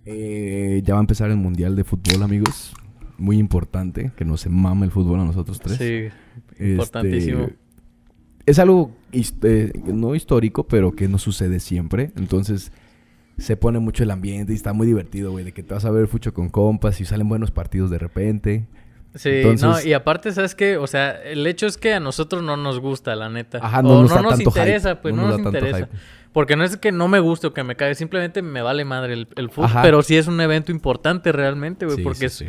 [SPEAKER 1] Eh, ya va a empezar el Mundial de Fútbol, amigos. Muy importante, que nos mame el fútbol a nosotros tres.
[SPEAKER 3] Sí,
[SPEAKER 1] Este,
[SPEAKER 3] importantísimo.
[SPEAKER 1] es algo his- eh, no histórico, pero que no sucede siempre. Entonces se pone mucho el ambiente y está muy divertido, güey. De que te vas a ver fucho con compas y salen buenos partidos de repente.
[SPEAKER 3] Sí, no,
[SPEAKER 1] Entonces-
[SPEAKER 3] y aparte, ¿sabes qué? O sea, el hecho es que a nosotros no nos gusta, la neta.
[SPEAKER 1] Ajá,
[SPEAKER 3] o
[SPEAKER 1] no nos
[SPEAKER 3] no
[SPEAKER 1] da
[SPEAKER 3] nos
[SPEAKER 1] tanto hype,
[SPEAKER 3] interesa, pues no,
[SPEAKER 1] no nos
[SPEAKER 3] nos,
[SPEAKER 1] da tanto
[SPEAKER 3] interesa.
[SPEAKER 1] hype.
[SPEAKER 3] Porque no es que no me guste o que me cae, simplemente me vale madre el, el fútbol.
[SPEAKER 1] Ajá.
[SPEAKER 3] Pero sí es un evento importante realmente, güey.
[SPEAKER 1] Sí,
[SPEAKER 3] porque
[SPEAKER 1] sí,
[SPEAKER 3] es-
[SPEAKER 1] sí.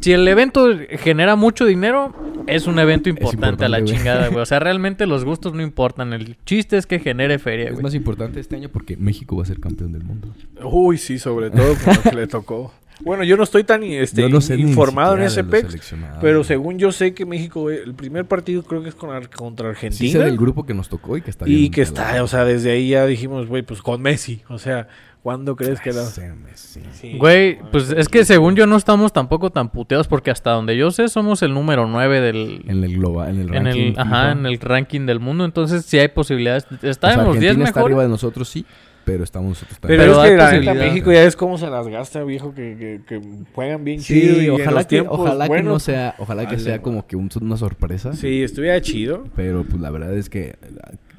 [SPEAKER 3] si el evento genera mucho dinero, es un evento importante, a la
[SPEAKER 1] importante, güey.
[SPEAKER 3] chingada, güey. O sea, realmente los gustos no importan. El chiste es que genere feria,
[SPEAKER 1] Es
[SPEAKER 3] güey.
[SPEAKER 1] más importante este año porque México va a ser campeón del mundo.
[SPEAKER 2] Uy, sí, sobre todo por lo que le tocó. Bueno, yo no estoy tan este,
[SPEAKER 1] Yo no sé ni
[SPEAKER 2] informado
[SPEAKER 1] siquiera
[SPEAKER 2] en ese
[SPEAKER 1] de los
[SPEAKER 2] pex,
[SPEAKER 1] seleccionados,
[SPEAKER 2] pero
[SPEAKER 1] güey.
[SPEAKER 2] según yo sé que México, eh, el primer partido creo que es con Ar- contra Argentina.
[SPEAKER 1] Sí sé del grupo que nos tocó y que está
[SPEAKER 2] y
[SPEAKER 1] bien
[SPEAKER 2] que
[SPEAKER 1] pelado.
[SPEAKER 2] está, o sea, desde ahí ya dijimos, güey, pues con Messi. O sea, ¿cuándo crees que la...
[SPEAKER 1] Sí, me- sí.
[SPEAKER 2] Sí.
[SPEAKER 3] Güey, pues es que según yo no estamos tampoco tan puteados porque hasta donde yo sé somos el número 9 del,
[SPEAKER 1] En el global, en el
[SPEAKER 3] en
[SPEAKER 1] ranking
[SPEAKER 3] el, ajá,
[SPEAKER 1] FIFA.
[SPEAKER 3] en el ranking del mundo. Entonces, sí hay posibilidades. Está
[SPEAKER 1] O sea,
[SPEAKER 3] en los 10
[SPEAKER 1] Argentina está arriba
[SPEAKER 3] mejores.
[SPEAKER 1] de nosotros, sí, pero estamos nosotros también.
[SPEAKER 2] Pero, es
[SPEAKER 3] Pero hay
[SPEAKER 2] que la neta,
[SPEAKER 3] posibilidad.
[SPEAKER 2] México ya es como se las gasta, viejo, que, que, que juegan bien chido. y
[SPEAKER 1] sí,
[SPEAKER 2] en
[SPEAKER 1] ojalá
[SPEAKER 2] los
[SPEAKER 1] que,
[SPEAKER 2] tiempos
[SPEAKER 1] ojalá que no
[SPEAKER 2] buenos.
[SPEAKER 1] sea, ojalá que
[SPEAKER 2] Dale,
[SPEAKER 1] sea
[SPEAKER 2] güey.
[SPEAKER 1] como que un- una sorpresa.
[SPEAKER 2] Sí, estuviera chido.
[SPEAKER 1] Pero pues la verdad es que eh,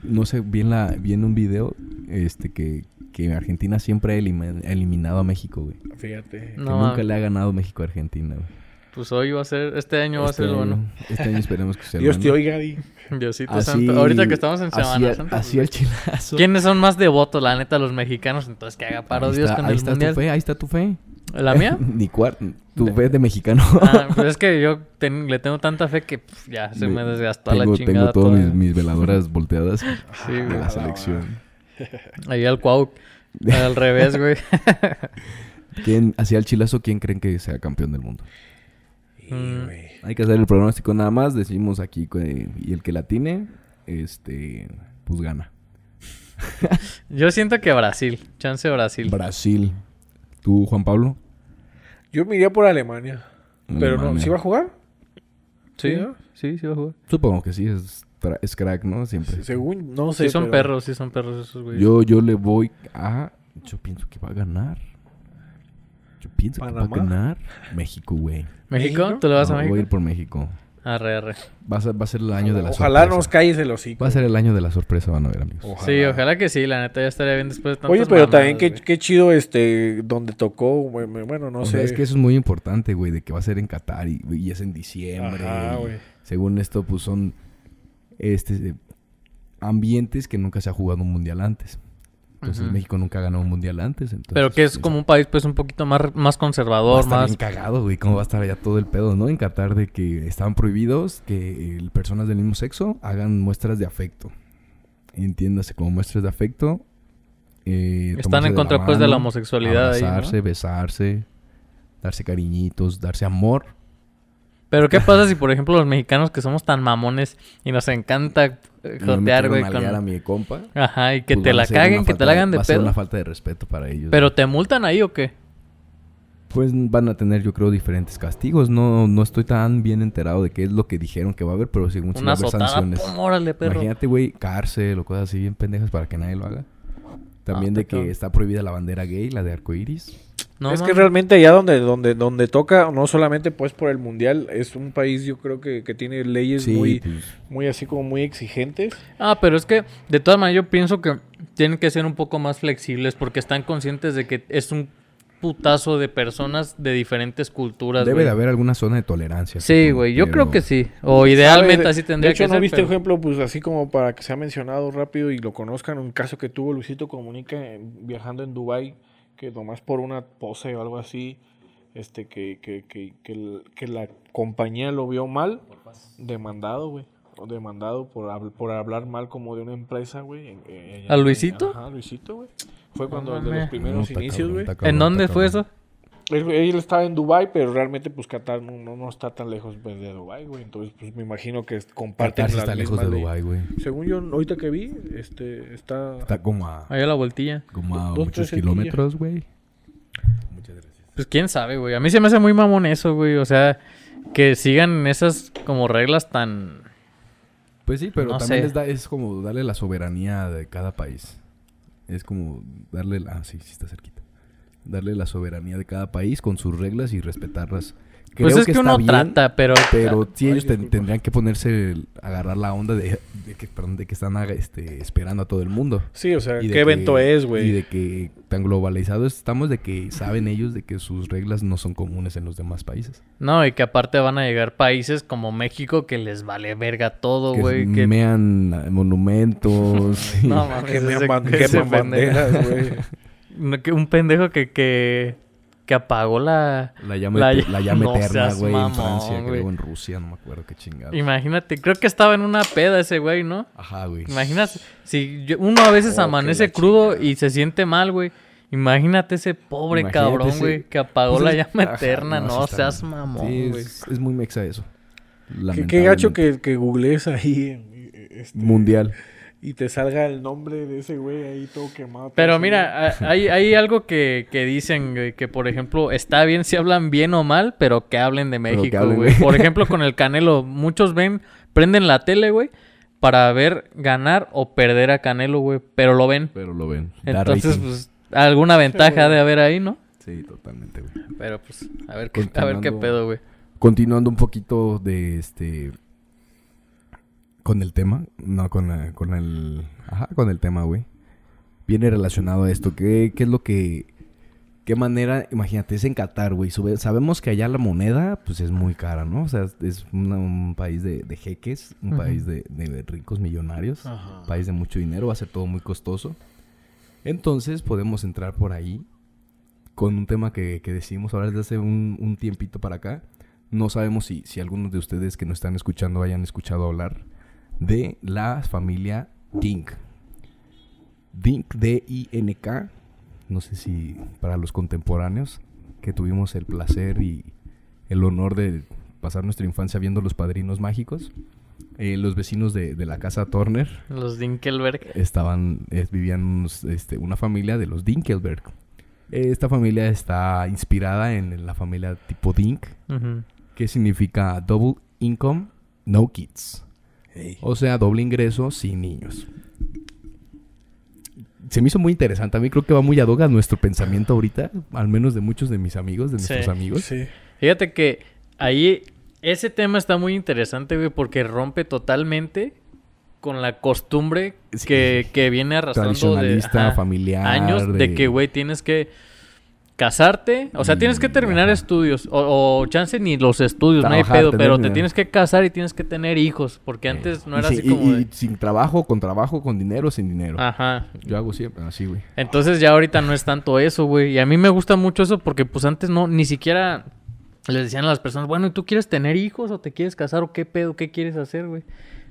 [SPEAKER 1] no sé, vi en la, vi en un video este que, que Argentina siempre ha elimi- eliminado a México, güey. Que
[SPEAKER 2] Fíjate.
[SPEAKER 3] No,
[SPEAKER 1] nunca
[SPEAKER 3] mames.
[SPEAKER 1] le ha ganado México a Argentina, güey.
[SPEAKER 3] Pues hoy va a ser, este año va a
[SPEAKER 1] Este
[SPEAKER 3] ser lo bueno.
[SPEAKER 1] año- Este año esperemos que sea el
[SPEAKER 2] Dios te
[SPEAKER 1] bueno.
[SPEAKER 2] oiga, Di.
[SPEAKER 3] Diosito
[SPEAKER 1] Así-
[SPEAKER 3] santo. Ahorita que estamos en
[SPEAKER 1] así
[SPEAKER 3] Semana
[SPEAKER 1] a-
[SPEAKER 3] Santa. pues,
[SPEAKER 1] Así
[SPEAKER 2] pues,
[SPEAKER 1] el chilazo.
[SPEAKER 3] ¿Quiénes son más devotos, la neta, los mexicanos? Entonces que haga paro
[SPEAKER 1] Ahí
[SPEAKER 3] Dios
[SPEAKER 1] está-
[SPEAKER 3] con
[SPEAKER 1] ahí
[SPEAKER 3] el
[SPEAKER 1] está
[SPEAKER 3] mundial.
[SPEAKER 1] tu fe, ahí está tu fe.
[SPEAKER 3] ¿La mía?
[SPEAKER 1] Ni cuarto. Tu fe de mexicano.
[SPEAKER 3] Ah, pues es que yo ten- le tengo tanta fe que pf, ya se me desgastó a la
[SPEAKER 1] tengo, Tengo
[SPEAKER 3] chingada
[SPEAKER 1] todas mis,
[SPEAKER 3] toda.
[SPEAKER 1] mis veladoras volteadas
[SPEAKER 3] Sí,
[SPEAKER 1] de
[SPEAKER 3] güey.
[SPEAKER 1] la selección.
[SPEAKER 3] Ahí al cuau. Al revés, güey.
[SPEAKER 1] ¿Quién, hacia el chilazo, ¿quién creen que sea campeón del mundo?
[SPEAKER 3] Mm.
[SPEAKER 2] güey.
[SPEAKER 1] Hay que hacer el pronóstico nada más. Decimos aquí que- y el que la tiene, este, pues gana.
[SPEAKER 3] Yo siento que Brasil. Chance Brasil.
[SPEAKER 1] Brasil. ¿Tú, Juan Pablo?
[SPEAKER 2] Yo me iría por Alemania. Pero no,
[SPEAKER 1] Alemania.
[SPEAKER 2] ¿sí va a jugar?
[SPEAKER 3] sí,
[SPEAKER 2] ¿no?
[SPEAKER 3] sí, sí va a jugar.
[SPEAKER 1] Supongo que sí, es, tra- es crack, ¿no? Siempre.
[SPEAKER 2] Según, no sé.
[SPEAKER 3] Sí son
[SPEAKER 2] pero-
[SPEAKER 3] perros, sí son perros esos güeyes.
[SPEAKER 1] Yo, yo le voy a Yo pienso que va a ganar. Yo pienso que va a
[SPEAKER 2] ¿Panamá?
[SPEAKER 1] ganar México, güey.
[SPEAKER 3] ¿México?
[SPEAKER 2] ¿México?
[SPEAKER 3] ¿Tú le vas
[SPEAKER 1] No,
[SPEAKER 3] a México?
[SPEAKER 1] Voy a ir por México.
[SPEAKER 3] Arre, arre.
[SPEAKER 1] Va a ser, va a ser el año de la
[SPEAKER 2] Ojalá nos
[SPEAKER 1] sorpresa.
[SPEAKER 2] calles el hocico.
[SPEAKER 1] Va a ser el año de la sorpresa, van a ver, amigos.
[SPEAKER 2] Ojalá.
[SPEAKER 3] Sí, ojalá que sí, la neta ya estaría bien después de tantas
[SPEAKER 2] Oye, pero
[SPEAKER 3] mamadas,
[SPEAKER 2] también qué,
[SPEAKER 3] güey.
[SPEAKER 2] qué chido este donde tocó, güey, me- bueno, no
[SPEAKER 1] O
[SPEAKER 2] sé.
[SPEAKER 1] sea, es que eso es muy importante, güey, de que va a ser en Qatar y, y es en diciembre.
[SPEAKER 2] Ajá,
[SPEAKER 1] y
[SPEAKER 2] güey.
[SPEAKER 1] según esto, pues son este, eh, ambientes que nunca se ha jugado un mundial antes. Entonces
[SPEAKER 3] Ujú.
[SPEAKER 1] México nunca ha ganado un mundial antes. Entonces,
[SPEAKER 3] Pero que es
[SPEAKER 1] pues,
[SPEAKER 3] como un país pues un poquito más,
[SPEAKER 1] va
[SPEAKER 3] más
[SPEAKER 1] a
[SPEAKER 3] conservador,
[SPEAKER 1] estar
[SPEAKER 3] más...
[SPEAKER 1] bien cagado, güey, cómo va a estar allá todo el pedo, ¿no? En Qatar de que estaban prohibidos que eh, personas del mismo sexo hagan muestras de afecto. Entiéndase como muestras de afecto. eh,
[SPEAKER 3] Están
[SPEAKER 1] tomarse
[SPEAKER 3] en
[SPEAKER 1] la
[SPEAKER 3] contra pues de la
[SPEAKER 1] mano,
[SPEAKER 3] homosexualidad ahí, ¿no?
[SPEAKER 1] Abrazarse, besarse, darse cariñitos, darse amor.
[SPEAKER 3] Pero ¿qué pasa si, por ejemplo, los mexicanos que somos tan mamones y nos encanta eh,
[SPEAKER 1] No me
[SPEAKER 3] jotear,
[SPEAKER 1] quiero
[SPEAKER 3] güey,
[SPEAKER 1] nalguear
[SPEAKER 3] con-
[SPEAKER 1] a mi compa.
[SPEAKER 3] Ajá, y que
[SPEAKER 1] pues
[SPEAKER 3] te
[SPEAKER 1] va a
[SPEAKER 3] la
[SPEAKER 1] ser una
[SPEAKER 3] caguen, que te
[SPEAKER 1] falta
[SPEAKER 3] la hagan de
[SPEAKER 1] Va a ser
[SPEAKER 3] pedo.
[SPEAKER 1] una falta de respeto para ellos.
[SPEAKER 3] Pero te multan ahí o qué?
[SPEAKER 1] Pues van a tener, yo creo, diferentes castigos. No, no estoy tan bien enterado de qué es lo que dijeron que va a haber, pero según sí va
[SPEAKER 3] Una
[SPEAKER 1] a haber
[SPEAKER 3] azotada,
[SPEAKER 1] sanciones.
[SPEAKER 3] pum, órale, perro.
[SPEAKER 1] Imagínate, güey, cárcel o cosas así bien pendejas para que nadie lo haga. También
[SPEAKER 3] Ah,
[SPEAKER 1] de que
[SPEAKER 3] cabrón.
[SPEAKER 1] está prohibida la bandera gay, la de arcoiris.
[SPEAKER 3] No,
[SPEAKER 2] es que
[SPEAKER 3] mames.
[SPEAKER 2] realmente allá donde, donde, donde toca, no solamente pues por el mundial, es un país yo creo que, que tiene leyes
[SPEAKER 1] Sí,
[SPEAKER 2] muy,
[SPEAKER 1] pues,
[SPEAKER 2] muy así como muy exigentes.
[SPEAKER 3] Ah, pero es que, de todas maneras, yo pienso que tienen que ser un poco más flexibles porque están conscientes de que es un putazo de personas de diferentes culturas,
[SPEAKER 1] debe
[SPEAKER 3] güey.
[SPEAKER 1] de haber alguna zona de tolerancia.
[SPEAKER 3] Sí,
[SPEAKER 1] supongo,
[SPEAKER 3] güey, yo creo
[SPEAKER 1] pero-
[SPEAKER 3] que sí. O idealmente
[SPEAKER 2] ¿Sabes?
[SPEAKER 3] así tendría
[SPEAKER 2] De hecho,
[SPEAKER 3] que
[SPEAKER 2] ¿no
[SPEAKER 3] ser.
[SPEAKER 2] viste
[SPEAKER 3] pero-
[SPEAKER 2] ejemplo, pues así como para que sea mencionado rápido y lo conozcan, un caso que tuvo Luisito Comunica eh, viajando en Dubai que nomás por una pose o algo así, este, que, que, que, que, el- que la compañía lo vio mal, demandado, güey. o Demandado por, habl- por hablar mal como de una empresa, güey. en- en-
[SPEAKER 3] ¿A Luisito?
[SPEAKER 2] Ajá, Luisito, güey. Fue cuando de
[SPEAKER 3] mames.
[SPEAKER 2] los
[SPEAKER 1] No,
[SPEAKER 2] primeros
[SPEAKER 1] está
[SPEAKER 2] inicios,
[SPEAKER 1] cabrón,
[SPEAKER 2] güey.
[SPEAKER 1] está
[SPEAKER 3] ¿En
[SPEAKER 1] cabrón,
[SPEAKER 3] dónde
[SPEAKER 1] está
[SPEAKER 3] fue
[SPEAKER 1] cabrón.
[SPEAKER 3] eso?
[SPEAKER 2] Él, él estaba en Dubai, pero realmente pues Qatar no, no, no está tan lejos pues, de Dubai, güey. Entonces pues me imagino que comparten
[SPEAKER 1] Qatar sí
[SPEAKER 2] las
[SPEAKER 1] está lejos de
[SPEAKER 2] mismas leyes.
[SPEAKER 1] Dubái, güey.
[SPEAKER 2] Según yo, ahorita que vi, este está...
[SPEAKER 1] Está como a,
[SPEAKER 3] Ahí a la vueltilla.
[SPEAKER 1] como a
[SPEAKER 2] Dos, tres
[SPEAKER 1] muchos
[SPEAKER 2] centillas.
[SPEAKER 1] kilómetros, güey. Muchas gracias.
[SPEAKER 3] Pues quién sabe, güey. A mí se me hace muy mamón eso, güey. O sea, que sigan esas como reglas tan...
[SPEAKER 1] Pues sí, pero
[SPEAKER 3] No sé.
[SPEAKER 1] también les da- es como darle la soberanía de cada país. Es como darle la... Ah, sí, sí está cerquita. Darle la soberanía de cada país con sus reglas y respetarlas. Creo
[SPEAKER 3] pues es que,
[SPEAKER 1] está
[SPEAKER 3] uno
[SPEAKER 1] bien,
[SPEAKER 3] trata, pero...
[SPEAKER 1] Pero sí,
[SPEAKER 2] Ay,
[SPEAKER 1] ellos ten-
[SPEAKER 2] disculpa.
[SPEAKER 1] tendrían que ponerse... el- agarrar la onda de, de que, perdón, de que están ah, este, esperando a todo el mundo.
[SPEAKER 2] Sí, o sea,
[SPEAKER 1] Y
[SPEAKER 2] ¿qué
[SPEAKER 1] de que-
[SPEAKER 2] evento es,
[SPEAKER 1] Y
[SPEAKER 2] güey?
[SPEAKER 1] de que tan globalizados estamos de que saben ellos de que sus reglas no son comunes en los demás países.
[SPEAKER 3] No, y que aparte van a llegar países como México que les vale verga todo,
[SPEAKER 1] que
[SPEAKER 3] güey. Que...
[SPEAKER 1] mean ah, monumentos. y-
[SPEAKER 3] No,
[SPEAKER 2] Ah,
[SPEAKER 3] mames,
[SPEAKER 2] que
[SPEAKER 3] ese-
[SPEAKER 2] me ban-
[SPEAKER 3] ese
[SPEAKER 2] queman
[SPEAKER 3] pendejo.
[SPEAKER 2] banderas, güey.
[SPEAKER 3] No, que Un pendejo que, que, que apagó la...
[SPEAKER 1] La llama,
[SPEAKER 3] La
[SPEAKER 1] ete-
[SPEAKER 3] ll-
[SPEAKER 1] la llama
[SPEAKER 3] No
[SPEAKER 1] eterna,
[SPEAKER 3] seas
[SPEAKER 1] güey, en
[SPEAKER 3] mamón,
[SPEAKER 1] Francia,
[SPEAKER 3] güey.
[SPEAKER 1] creo, en Rusia, no me acuerdo qué chingado.
[SPEAKER 3] Imagínate, creo que estaba en una peda ese güey, ¿no?
[SPEAKER 1] Ajá, güey.
[SPEAKER 3] Imagínate, si yo- uno a veces
[SPEAKER 1] Oh, que
[SPEAKER 3] amanece
[SPEAKER 1] la
[SPEAKER 3] crudo
[SPEAKER 1] chingada.
[SPEAKER 3] y se siente mal, güey. Imagínate ese pobre
[SPEAKER 1] Imagínate
[SPEAKER 3] cabrón,
[SPEAKER 1] ese-
[SPEAKER 3] güey, que apagó
[SPEAKER 1] Pues
[SPEAKER 3] la
[SPEAKER 1] es-
[SPEAKER 3] llama
[SPEAKER 1] ajá,
[SPEAKER 3] eterna.
[SPEAKER 1] sí
[SPEAKER 3] no
[SPEAKER 1] está-
[SPEAKER 3] seas
[SPEAKER 1] sí,
[SPEAKER 3] mamón, güey.
[SPEAKER 1] es, es muy mexa eso.
[SPEAKER 2] ¿Qué, qué gacho
[SPEAKER 1] Lamentablemente.
[SPEAKER 2] que, que googlees ahí eh, este,
[SPEAKER 1] Mundial.
[SPEAKER 2] y te salga el nombre de ese güey ahí todo quemado. todo
[SPEAKER 3] Pero
[SPEAKER 2] así, güey.
[SPEAKER 3] mira, a- hay, hay algo que, que dicen, güey, que por ejemplo, está bien si hablan bien o mal, pero que hablen de
[SPEAKER 1] Pero que
[SPEAKER 3] México,
[SPEAKER 1] hablen,
[SPEAKER 3] güey.
[SPEAKER 1] güey.
[SPEAKER 3] Por ejemplo, con el Canelo, muchos ven, prenden la tele, güey, para ver ganar o perder a Canelo, güey, pero lo ven.
[SPEAKER 1] Pero lo ven. Da
[SPEAKER 3] Entonces,
[SPEAKER 1] rating.
[SPEAKER 3] pues, alguna ventaja ha de haber ahí, ¿no?
[SPEAKER 1] Sí, totalmente, güey.
[SPEAKER 3] Pero pues, a ver, qué- a ver qué
[SPEAKER 1] Continuando.
[SPEAKER 3] pedo, güey.
[SPEAKER 1] Continuando un poquito de este... Con el tema. No, con, la- con el... Ajá, con el tema, güey. Viene relacionado a esto. ¿Qué, qué es lo que... ¿Qué manera? Imagínate, es en Qatar, güey. Sube- Sabemos que allá la moneda, pues, es muy cara, ¿no? O sea, es- es una- un país de, de jeques, un
[SPEAKER 3] Ujú.
[SPEAKER 1] país de, de ricos millonarios,
[SPEAKER 3] ah,
[SPEAKER 2] Ajá.
[SPEAKER 1] un país de mucho dinero, va a ser todo muy costoso. Entonces, podemos entrar por ahí con un tema que, que decidimos hablar desde hace un, un tiempito para acá. No sabemos si, si algunos de ustedes que nos están escuchando hayan escuchado hablar de la familia Dink. Dink, D-I-N-K. No sé si para los contemporáneos que tuvimos el placer y el honor de pasar nuestra infancia viendo los padrinos mágicos. eh, los vecinos de, de la casa Turner
[SPEAKER 3] Los
[SPEAKER 1] Eh,
[SPEAKER 3] Dinkelberg.
[SPEAKER 1] estaban, es- vivían unos, este, una familia de los Dinkelberg. Eh, Esta familia está inspirada en la familia tipo Dink,
[SPEAKER 3] Ujú.
[SPEAKER 1] que significa Double Income, No Kids. O sea, doble ingreso sin niños. se me hizo muy interesante. A mí creo que va muy ad hoc a nuestro pensamiento ahorita, al menos de muchos de mis amigos, de
[SPEAKER 3] Sí.
[SPEAKER 1] nuestros amigos.
[SPEAKER 2] Sí.
[SPEAKER 3] Fíjate que ahí ese tema está muy interesante, güey, porque rompe totalmente con la costumbre
[SPEAKER 1] Sí.
[SPEAKER 3] que, que viene arrastrando de
[SPEAKER 1] Tradicionalista,
[SPEAKER 3] ajá,
[SPEAKER 1] familiar.
[SPEAKER 3] años de... que, güey, tienes que casarte, o sea, tienes que
[SPEAKER 1] Y,
[SPEAKER 3] terminar
[SPEAKER 1] Mm, ajá.
[SPEAKER 3] estudios, o, o chance ni los estudios, no
[SPEAKER 1] Trabajar,
[SPEAKER 3] hay pedo,
[SPEAKER 1] tener
[SPEAKER 3] pero te
[SPEAKER 1] dinero.
[SPEAKER 3] tienes que casar y tienes que tener hijos, porque antes no
[SPEAKER 1] Eh, Y
[SPEAKER 3] era
[SPEAKER 1] sin-
[SPEAKER 3] así como
[SPEAKER 1] y- y
[SPEAKER 3] de... Ah.
[SPEAKER 1] sin trabajo, con trabajo, con dinero, sin dinero.
[SPEAKER 3] Ajá,
[SPEAKER 1] Yo hago siempre así, güey.
[SPEAKER 3] Entonces ya ahorita no es tanto eso, güey. Y a mí me gusta mucho eso porque pues antes no, ni siquiera les decían a las personas, bueno, ¿y tú quieres tener hijos o te quieres casar o qué pedo, qué quieres hacer, güey?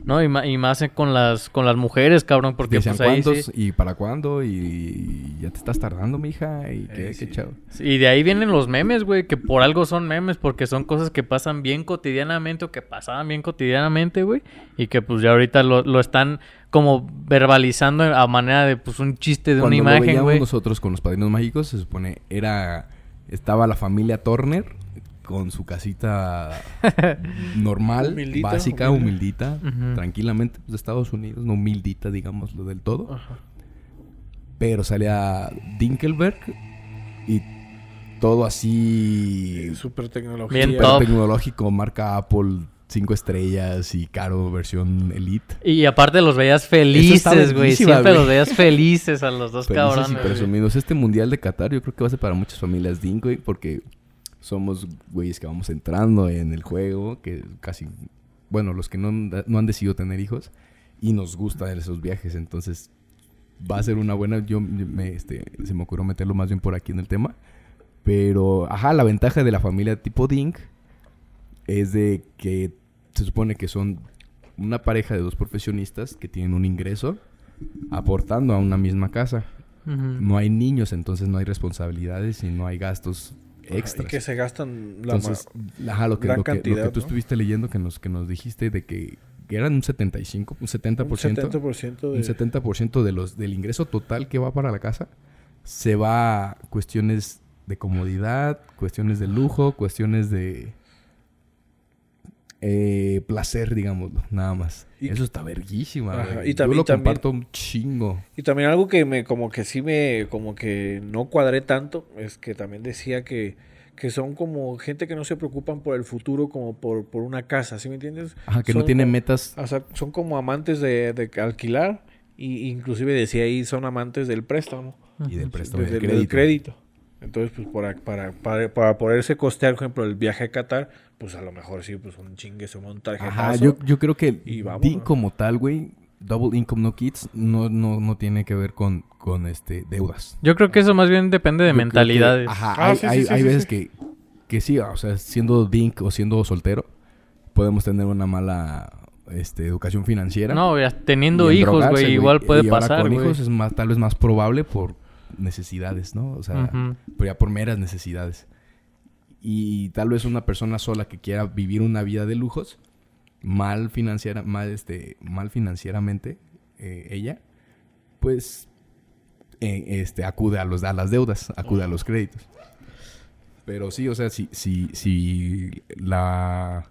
[SPEAKER 3] No, y, ma- y más eh, con las, con las mujeres, cabrón, porque
[SPEAKER 1] Decían
[SPEAKER 3] pues ahí
[SPEAKER 1] cuántos
[SPEAKER 3] sí-
[SPEAKER 1] y para cuándo y ya te estás tardando, mija, y qué,
[SPEAKER 2] Eh, sí.
[SPEAKER 1] qué chavo.
[SPEAKER 3] Y de ahí vienen los memes, güey, que por algo son memes, porque son cosas que pasan bien cotidianamente o que pasaban bien cotidianamente, güey. Y que pues ya ahorita lo, lo están como verbalizando a manera de pues un chiste de
[SPEAKER 1] Cuando
[SPEAKER 3] una
[SPEAKER 1] lo
[SPEAKER 3] imagen,
[SPEAKER 1] veíamos
[SPEAKER 3] güey.
[SPEAKER 1] nosotros con los padrinos mágicos, se supone era estaba la familia Turner con su casita normal,
[SPEAKER 2] Humildita,
[SPEAKER 1] básica, humildita,
[SPEAKER 3] Ujú.
[SPEAKER 1] tranquilamente pues, de Estados Unidos, no humildita, digámoslo del todo.
[SPEAKER 2] Ajá.
[SPEAKER 1] Pero salía Dinkelberg y todo así
[SPEAKER 2] Eh, Super tecnología.
[SPEAKER 3] Bien
[SPEAKER 1] súper
[SPEAKER 3] top.
[SPEAKER 1] tecnológico, marca Apple, cinco estrellas y caro versión elite.
[SPEAKER 3] Y aparte los veías
[SPEAKER 1] está
[SPEAKER 3] felices, güey.
[SPEAKER 1] verguísima,
[SPEAKER 3] Siempre
[SPEAKER 1] güey.
[SPEAKER 3] los veías felices a los dos
[SPEAKER 1] Felices
[SPEAKER 3] cabrones.
[SPEAKER 1] y
[SPEAKER 3] güey.
[SPEAKER 1] presumidos. Este mundial de Qatar yo creo que va a ser para muchas familias Dink, güey, porque somos güeyes que vamos entrando en el juego, que casi, bueno, los que no, han- no han decidido tener hijos y nos gustan esos viajes, entonces va a ser una buena, yo me, este, se me ocurrió meterlo más bien por aquí en el tema, pero, ajá, la ventaja de la familia tipo Dink es de que se supone que son una pareja de dos profesionistas que tienen un ingreso aportando a una misma casa.
[SPEAKER 3] Ujú.
[SPEAKER 1] No hay niños, entonces no hay responsabilidades y no hay gastos
[SPEAKER 2] Ajá,
[SPEAKER 1] extras.
[SPEAKER 2] Y que se gastan la
[SPEAKER 1] entonces,
[SPEAKER 2] ma-
[SPEAKER 1] ajá, lo, que,
[SPEAKER 2] gran
[SPEAKER 1] lo que- lo
[SPEAKER 2] cantidad,
[SPEAKER 1] que tú
[SPEAKER 2] ¿no?
[SPEAKER 1] estuviste leyendo que nos, que nos dijiste de que eran un 75, un 70%,
[SPEAKER 2] un 70% de...
[SPEAKER 1] un 70% de los, del ingreso total que va para la casa se va a cuestiones de comodidad, cuestiones de lujo, cuestiones de eh, placer, digámoslo, nada más.
[SPEAKER 2] Y-
[SPEAKER 1] Eso está verguísima.
[SPEAKER 2] Ajá,
[SPEAKER 1] güey.
[SPEAKER 2] y también-
[SPEAKER 1] Yo lo
[SPEAKER 2] también-
[SPEAKER 1] comparto un chingo.
[SPEAKER 2] Y también algo que me, como que sí me, como que no cuadré tanto, es que también decía que, que son como gente que no se preocupan por el futuro, como por, por una casa, ¿sí me entiendes?
[SPEAKER 1] Ajá, que no
[SPEAKER 2] Son
[SPEAKER 1] tiene
[SPEAKER 2] como-
[SPEAKER 1] metas
[SPEAKER 2] O sea, son como amantes de, de alquilar, y inclusive decía ahí son amantes del préstamo,
[SPEAKER 1] y del préstamo y
[SPEAKER 2] del,
[SPEAKER 1] del
[SPEAKER 2] del
[SPEAKER 1] crédito.
[SPEAKER 2] crédito. Entonces, pues para, para, para, para poderse costear, por ejemplo, el viaje a Qatar, pues a lo mejor sí, pues un chingue, se un tarjetazo.
[SPEAKER 1] Ajá, yo, yo creo que
[SPEAKER 2] Y vámonos.
[SPEAKER 1] DIN como tal, güey, Double Income No Kids, no, no, no tiene que ver con, con este, deudas.
[SPEAKER 3] Yo creo que eso más bien depende de
[SPEAKER 1] Yo creo que-
[SPEAKER 3] mentalidades.
[SPEAKER 1] ajá,
[SPEAKER 2] Ah,
[SPEAKER 1] hay,
[SPEAKER 2] sí, sí,
[SPEAKER 1] hay-
[SPEAKER 2] sí,
[SPEAKER 1] hay
[SPEAKER 2] sí,
[SPEAKER 1] veces
[SPEAKER 2] sí.
[SPEAKER 1] Que, que sí, o sea, siendo DINC o siendo soltero, podemos tener una mala este, educación financiera.
[SPEAKER 3] No, ya teniendo
[SPEAKER 1] y
[SPEAKER 3] hijos,
[SPEAKER 1] endrogarse,
[SPEAKER 3] güey, igual puede
[SPEAKER 1] Y ahora
[SPEAKER 3] pasar,
[SPEAKER 1] con
[SPEAKER 3] güey.
[SPEAKER 1] hijos es más, tal vez más probable por necesidades, ¿no? O sea,
[SPEAKER 3] Ujú.
[SPEAKER 1] pero ya por meras necesidades. Y tal vez una persona sola que quiera vivir una vida de lujos, mal financiera, mal, este, mal financieramente, eh, ella, pues eh, este, acude a, los, a las deudas, acude a los créditos. Pero sí, o sea, si, si, si la,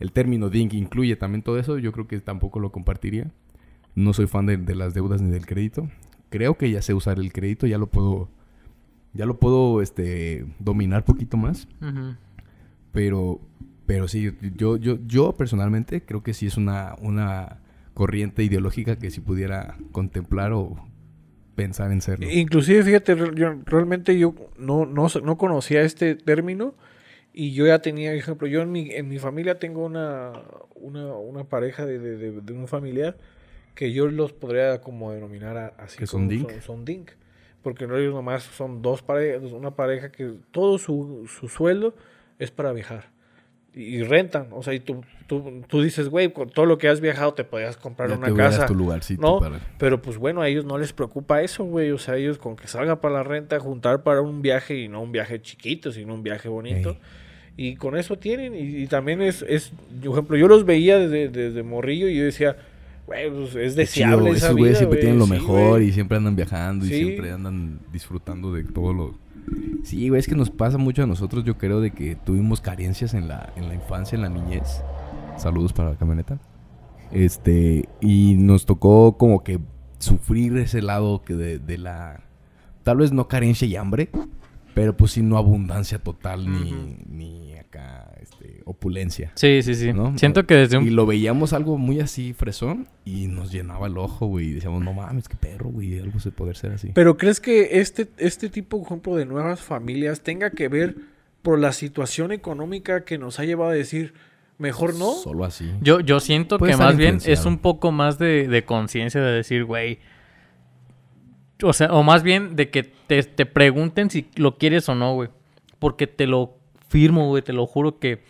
[SPEAKER 1] el término DINC incluye también todo eso, yo creo que tampoco lo compartiría. No soy fan de, de las deudas ni del crédito. Creo que ya sé usar el crédito, ya lo puedo, ya lo puedo este, dominar poquito más.
[SPEAKER 3] Ujú.
[SPEAKER 1] Pero, pero sí, yo, yo, yo personalmente creo que sí es una, una corriente ideológica que si pudiera contemplar o pensar en serlo.
[SPEAKER 2] Inclusive, fíjate, re- yo, realmente yo no, no, sa- no conocía este término y yo ya tenía, por ejemplo, yo en mi, en mi familia tengo una, una, una pareja de, de- de- de un familiar que yo los podría como denominar a- así.
[SPEAKER 1] ¿Que son
[SPEAKER 2] como
[SPEAKER 1] dink?
[SPEAKER 2] Son, son dink. Porque no ellos nomás son dos parejas, una pareja que todo su, su sueldo es para viajar. Y y rentan, o sea, y tú, tú, tú dices, güey, con todo lo que has viajado te podías comprar
[SPEAKER 1] Ya
[SPEAKER 2] una
[SPEAKER 1] te hubieras
[SPEAKER 2] casa.
[SPEAKER 1] tu lugarcito
[SPEAKER 2] No,
[SPEAKER 1] para-
[SPEAKER 2] pero pues bueno, a ellos no les preocupa eso, güey. O sea, ellos con que salga para la renta, juntar para un viaje y no un viaje chiquito, sino un viaje bonito.
[SPEAKER 1] Ey.
[SPEAKER 2] Y con eso tienen. Y, y también es, es, yo, por ejemplo, yo los veía desde, desde morrillo y yo decía, güey, pues, es
[SPEAKER 1] Qué chido,
[SPEAKER 2] deseable esa
[SPEAKER 1] Esos
[SPEAKER 2] vida,
[SPEAKER 1] güeyes siempre
[SPEAKER 2] güey.
[SPEAKER 1] tienen lo
[SPEAKER 2] Sí,
[SPEAKER 1] mejor
[SPEAKER 2] güey.
[SPEAKER 1] y siempre andan viajando
[SPEAKER 2] Sí.
[SPEAKER 1] y siempre andan disfrutando de todo lo... Sí, güey, es que nos pasa mucho a nosotros, yo creo, de que tuvimos carencias en la, en la infancia, en la niñez. Saludos para la camioneta. Este, y nos tocó como que sufrir ese lado que de, de la, tal vez no carencia y hambre, pero pues sí no abundancia total ni,
[SPEAKER 3] Ujú.
[SPEAKER 1] ni acá este, opulencia.
[SPEAKER 3] Sí, sí, sí.
[SPEAKER 1] ¿no?
[SPEAKER 3] Siento que desde
[SPEAKER 1] Y
[SPEAKER 3] un...
[SPEAKER 1] lo veíamos algo muy así fresón y nos llenaba el ojo, güey. Y decíamos, no mames, qué perro, güey. Algo se puede ser así.
[SPEAKER 2] Pero ¿crees que este, este tipo, por ejemplo, de nuevas familias tenga que ver por la situación económica que nos ha llevado a decir, mejor no?
[SPEAKER 1] Solo así.
[SPEAKER 3] Yo, yo siento
[SPEAKER 1] Puede
[SPEAKER 3] que
[SPEAKER 1] estar
[SPEAKER 3] más bien es
[SPEAKER 1] influenciado.
[SPEAKER 3] un poco más de, de conciencia de decir, güey. O sea, o más bien de que te, te pregunten si lo quieres o no, güey. Porque te lo firmo, güey, te lo juro que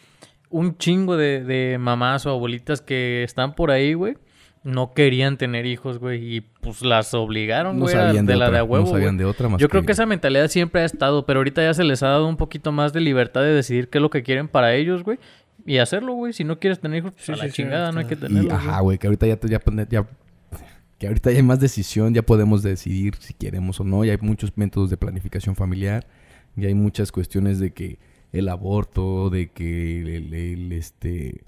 [SPEAKER 3] un chingo de, de mamás o abuelitas que están por ahí, güey, no querían tener hijos, güey. Y pues las obligaron,
[SPEAKER 1] no
[SPEAKER 3] güey, a- de,
[SPEAKER 1] sabían de,
[SPEAKER 3] la
[SPEAKER 1] otra.
[SPEAKER 3] de a huevo.
[SPEAKER 1] no sabían de
[SPEAKER 3] güey.
[SPEAKER 1] otra más
[SPEAKER 3] Yo creo que esa mentalidad siempre ha estado, pero ahorita ya se les ha dado un poquito más de libertad de decidir qué es lo que quieren para ellos, güey. Y hacerlo, güey. Si no quieres tener hijos, pues
[SPEAKER 2] Sí,
[SPEAKER 3] a la
[SPEAKER 2] sí, sí,
[SPEAKER 3] chingada, no hay que
[SPEAKER 2] está.
[SPEAKER 1] Y,
[SPEAKER 3] tenerlos.
[SPEAKER 1] ajá,
[SPEAKER 3] güey.
[SPEAKER 1] güey. Que ahorita ya, te- ya, pone- ya- Que ahorita ya hay más decisión. Ya podemos decidir si queremos o no. Y hay muchos métodos de planificación familiar. Y hay muchas cuestiones de que el aborto, de que el, el- el, este...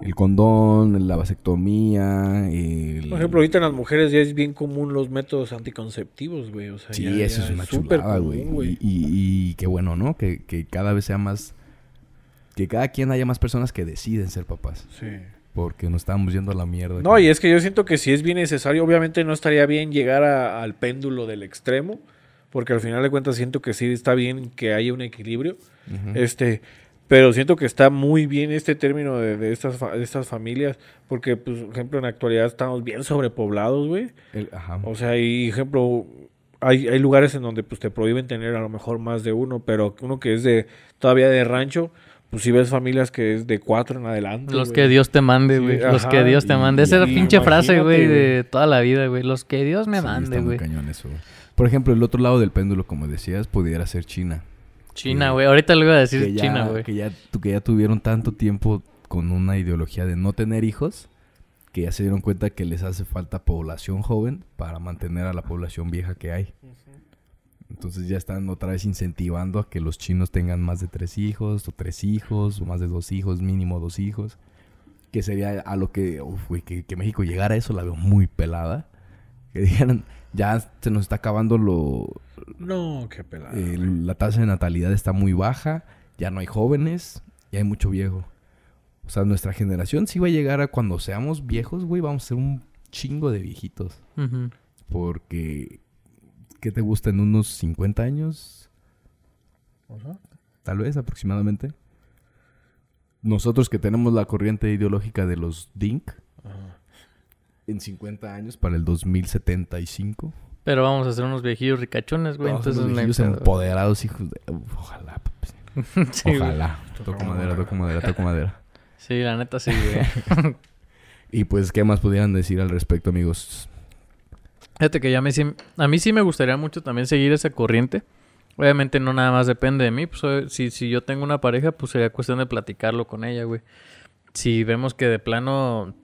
[SPEAKER 1] El condón, la vasectomía, el...
[SPEAKER 2] Por ejemplo, ahorita en las mujeres ya es bien común los métodos anticonceptivos, güey. O sea,
[SPEAKER 1] Sí,
[SPEAKER 2] ya-
[SPEAKER 1] eso
[SPEAKER 2] ya
[SPEAKER 1] es una
[SPEAKER 2] súper
[SPEAKER 1] chulada,
[SPEAKER 2] común,
[SPEAKER 1] güey. Y, y- y qué bueno, ¿no? Que, que cada vez sea más... Que cada quien haya más personas que deciden ser papás.
[SPEAKER 2] Sí.
[SPEAKER 1] Porque nos estábamos yendo a la mierda.
[SPEAKER 2] No, y es que yo siento que si es bien necesario, obviamente no estaría bien llegar a- al péndulo del extremo, porque al final de cuentas siento que sí está bien que haya un equilibrio. Este, pero siento que está muy bien este término de, de estas, fa- de estas familias, porque, pues, por ejemplo, en la actualidad estamos bien sobrepoblados, güey.
[SPEAKER 1] El- ajá.
[SPEAKER 2] O sea, y ejemplo, hay, hay lugares en donde pues te prohíben tener a lo mejor más de uno, pero uno que es de todavía de rancho, pues si ves familias que es de cuatro en adelante.
[SPEAKER 3] Los
[SPEAKER 2] güey.
[SPEAKER 3] que Dios te mande,
[SPEAKER 2] Sí,
[SPEAKER 3] güey. los
[SPEAKER 2] ajá,
[SPEAKER 3] que Dios te
[SPEAKER 1] y-
[SPEAKER 3] mande. Esa
[SPEAKER 1] y
[SPEAKER 3] era pinche frase,
[SPEAKER 2] imagínate,
[SPEAKER 3] güey, de
[SPEAKER 2] güey.
[SPEAKER 3] toda la vida, güey. Los que Dios me
[SPEAKER 1] Sí,
[SPEAKER 3] mande,
[SPEAKER 1] está muy
[SPEAKER 3] güey.
[SPEAKER 1] cañón eso, güey. Por ejemplo, el otro lado del péndulo, como decías, pudiera ser China.
[SPEAKER 3] China,
[SPEAKER 1] Sí.
[SPEAKER 3] güey. Ahorita le iba a decir
[SPEAKER 1] Que ya,
[SPEAKER 3] China, güey.
[SPEAKER 1] que, ya, tu- que ya tuvieron tanto tiempo con una ideología de no tener hijos que ya se dieron cuenta que les hace falta población joven para mantener a la población vieja que hay. Entonces ya están otra vez incentivando a que los chinos tengan más de tres hijos, o tres hijos, o más de dos hijos, mínimo dos hijos. Que sería a lo que, uf, güey, que, que México llegara a eso, la veo muy pelada. Que dijeran, ya se nos está acabando lo,
[SPEAKER 2] No, qué pelada.
[SPEAKER 1] eh, la tasa de natalidad está muy baja, ya no hay jóvenes y hay mucho viejo. O sea, nuestra generación sí va a llegar a cuando seamos viejos, güey, vamos a ser un chingo de viejitos.
[SPEAKER 3] Ujú.
[SPEAKER 1] Porque, ¿qué te gusta en unos 50 años? Tal vez aproximadamente. Nosotros que tenemos la corriente ideológica de los DINK,
[SPEAKER 2] Ajá.
[SPEAKER 1] en 50 años para el 2075.
[SPEAKER 3] Pero vamos a hacer unos viejillos ricachones, güey.
[SPEAKER 1] Vamos a ser
[SPEAKER 3] Entonces,
[SPEAKER 1] unos
[SPEAKER 3] no hay
[SPEAKER 1] viejillos
[SPEAKER 3] pedo.
[SPEAKER 1] empoderados, hijos de... Uf, ojalá, papi.
[SPEAKER 3] Sí, güey.
[SPEAKER 1] Ojalá. Toco madera, toco madera, toco madera.
[SPEAKER 3] Sí, la neta, sí, güey.
[SPEAKER 1] Y pues, ¿qué más pudieran decir al respecto, amigos?
[SPEAKER 3] Fíjate que ya me, sí- a mí sí me gustaría mucho también seguir esa corriente. Obviamente no nada más depende de mí. Pues, eh, si, si yo tengo una pareja, pues sería cuestión de platicarlo con ella, güey. Si vemos que de plano...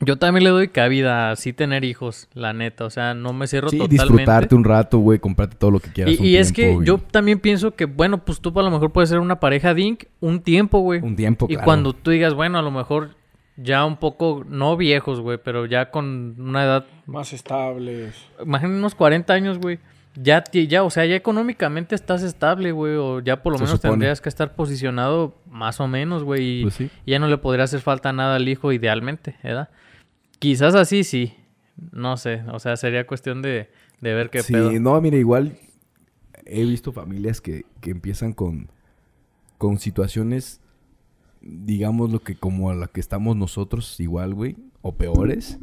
[SPEAKER 3] Yo también le doy cabida a sí tener hijos, la neta. O sea, no me cierro
[SPEAKER 1] Sí,
[SPEAKER 3] totalmente.
[SPEAKER 1] disfrutarte un rato, güey, comprarte todo lo que quieras.
[SPEAKER 3] Y,
[SPEAKER 1] un
[SPEAKER 3] y es que
[SPEAKER 1] tiempo y
[SPEAKER 3] yo también pienso que, bueno, pues tú a lo mejor puedes ser una pareja Dink un tiempo, güey.
[SPEAKER 1] Un tiempo,
[SPEAKER 3] Y
[SPEAKER 1] claro.
[SPEAKER 3] cuando tú digas, bueno, a lo mejor ya un poco, no viejos, güey, pero ya con una edad
[SPEAKER 2] Más estables.
[SPEAKER 3] imagínate unos 40 años, güey. Ya, ti- ya, o sea, ya económicamente estás estable, güey. O ya por lo
[SPEAKER 1] Se
[SPEAKER 3] menos
[SPEAKER 1] supone.
[SPEAKER 3] tendrías que estar posicionado más o menos, güey. Y
[SPEAKER 1] Pues sí.
[SPEAKER 3] ya no le podría hacer falta nada al hijo idealmente, ¿verdad? Quizás así sí. No sé. O sea, sería cuestión de, de ver qué
[SPEAKER 1] sí,
[SPEAKER 3] pedo.
[SPEAKER 1] no, mira, igual he visto familias que, que empiezan con, con situaciones, digamos, lo que como a la que estamos nosotros, igual, güey, o peores,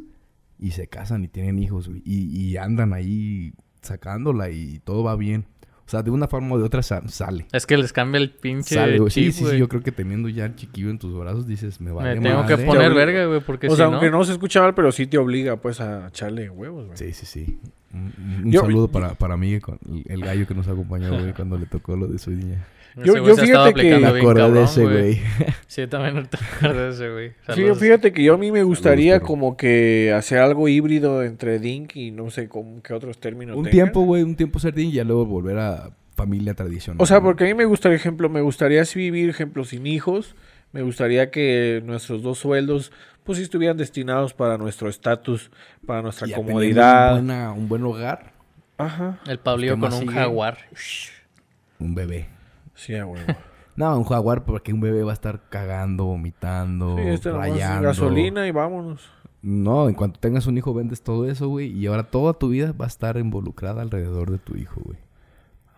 [SPEAKER 1] y se casan y tienen hijos, güey, y, y andan ahí sacándola y todo va bien. O sea, de una forma o de otra sa- sale.
[SPEAKER 3] Es que les cambia el pinche
[SPEAKER 1] Sale, güey. Sí,
[SPEAKER 3] chip,
[SPEAKER 1] sí,
[SPEAKER 3] güey.
[SPEAKER 1] sí, yo creo que teniendo ya al chiquillo en tus brazos dices, me
[SPEAKER 3] Me
[SPEAKER 1] vale
[SPEAKER 3] tengo
[SPEAKER 1] madre.
[SPEAKER 3] que poner
[SPEAKER 2] Te obliga.
[SPEAKER 3] verga, güey, porque
[SPEAKER 2] o
[SPEAKER 3] si
[SPEAKER 2] sea,
[SPEAKER 3] no...
[SPEAKER 2] aunque no se escucha mal, pero sí te obliga, pues, a echarle huevos, güey.
[SPEAKER 1] Sí, sí, sí. Un, un
[SPEAKER 2] Yo-
[SPEAKER 1] saludo para, para mí, con el, el gallo que nos acompañó, güey, cuando le tocó lo de su niña.
[SPEAKER 3] ese
[SPEAKER 2] Yo-
[SPEAKER 3] güey
[SPEAKER 2] yo
[SPEAKER 3] se ha estado
[SPEAKER 2] fíjate que-
[SPEAKER 1] Me
[SPEAKER 3] aplicando bien
[SPEAKER 1] acordé de
[SPEAKER 3] cabrón,
[SPEAKER 1] ese, güey.
[SPEAKER 3] Sí, también ahorita me acuerdo de ese, güey.
[SPEAKER 2] Sí,
[SPEAKER 3] Saludos.
[SPEAKER 2] fíjate que yo a mí me gustaría
[SPEAKER 1] perro.
[SPEAKER 2] como que hacer algo híbrido entre Dink y no sé cómo, qué otros términos
[SPEAKER 1] Un
[SPEAKER 2] tengan.
[SPEAKER 1] tiempo, güey, un tiempo ser niña y ya luego volver a familia tradicional.
[SPEAKER 2] O sea,
[SPEAKER 1] ¿no?
[SPEAKER 2] porque a mí me gustaría, ejemplo, me gustaría sí vivir, ejemplo, sin hijos. Me gustaría que nuestros dos sueldos pues sí estuvieran destinados para nuestro estatus, para nuestra
[SPEAKER 1] Y a tener
[SPEAKER 2] comodidad.
[SPEAKER 1] Un, buena- un buen hogar,
[SPEAKER 2] Ajá.
[SPEAKER 3] El pablillo
[SPEAKER 1] Pues, ¿Qué
[SPEAKER 3] con
[SPEAKER 1] más
[SPEAKER 3] un
[SPEAKER 1] sigue?
[SPEAKER 3] jaguar.
[SPEAKER 1] un bebé.
[SPEAKER 2] Sí, a huevo.
[SPEAKER 1] No, un jaguar porque un bebé va a estar cagando, vomitando,
[SPEAKER 2] Sí, este nomás es
[SPEAKER 1] rayando.
[SPEAKER 2] gasolina y vámonos.
[SPEAKER 1] No, en cuanto tengas un hijo vendes todo eso, güey. Y ahora toda tu vida va a estar involucrada alrededor de tu hijo, güey.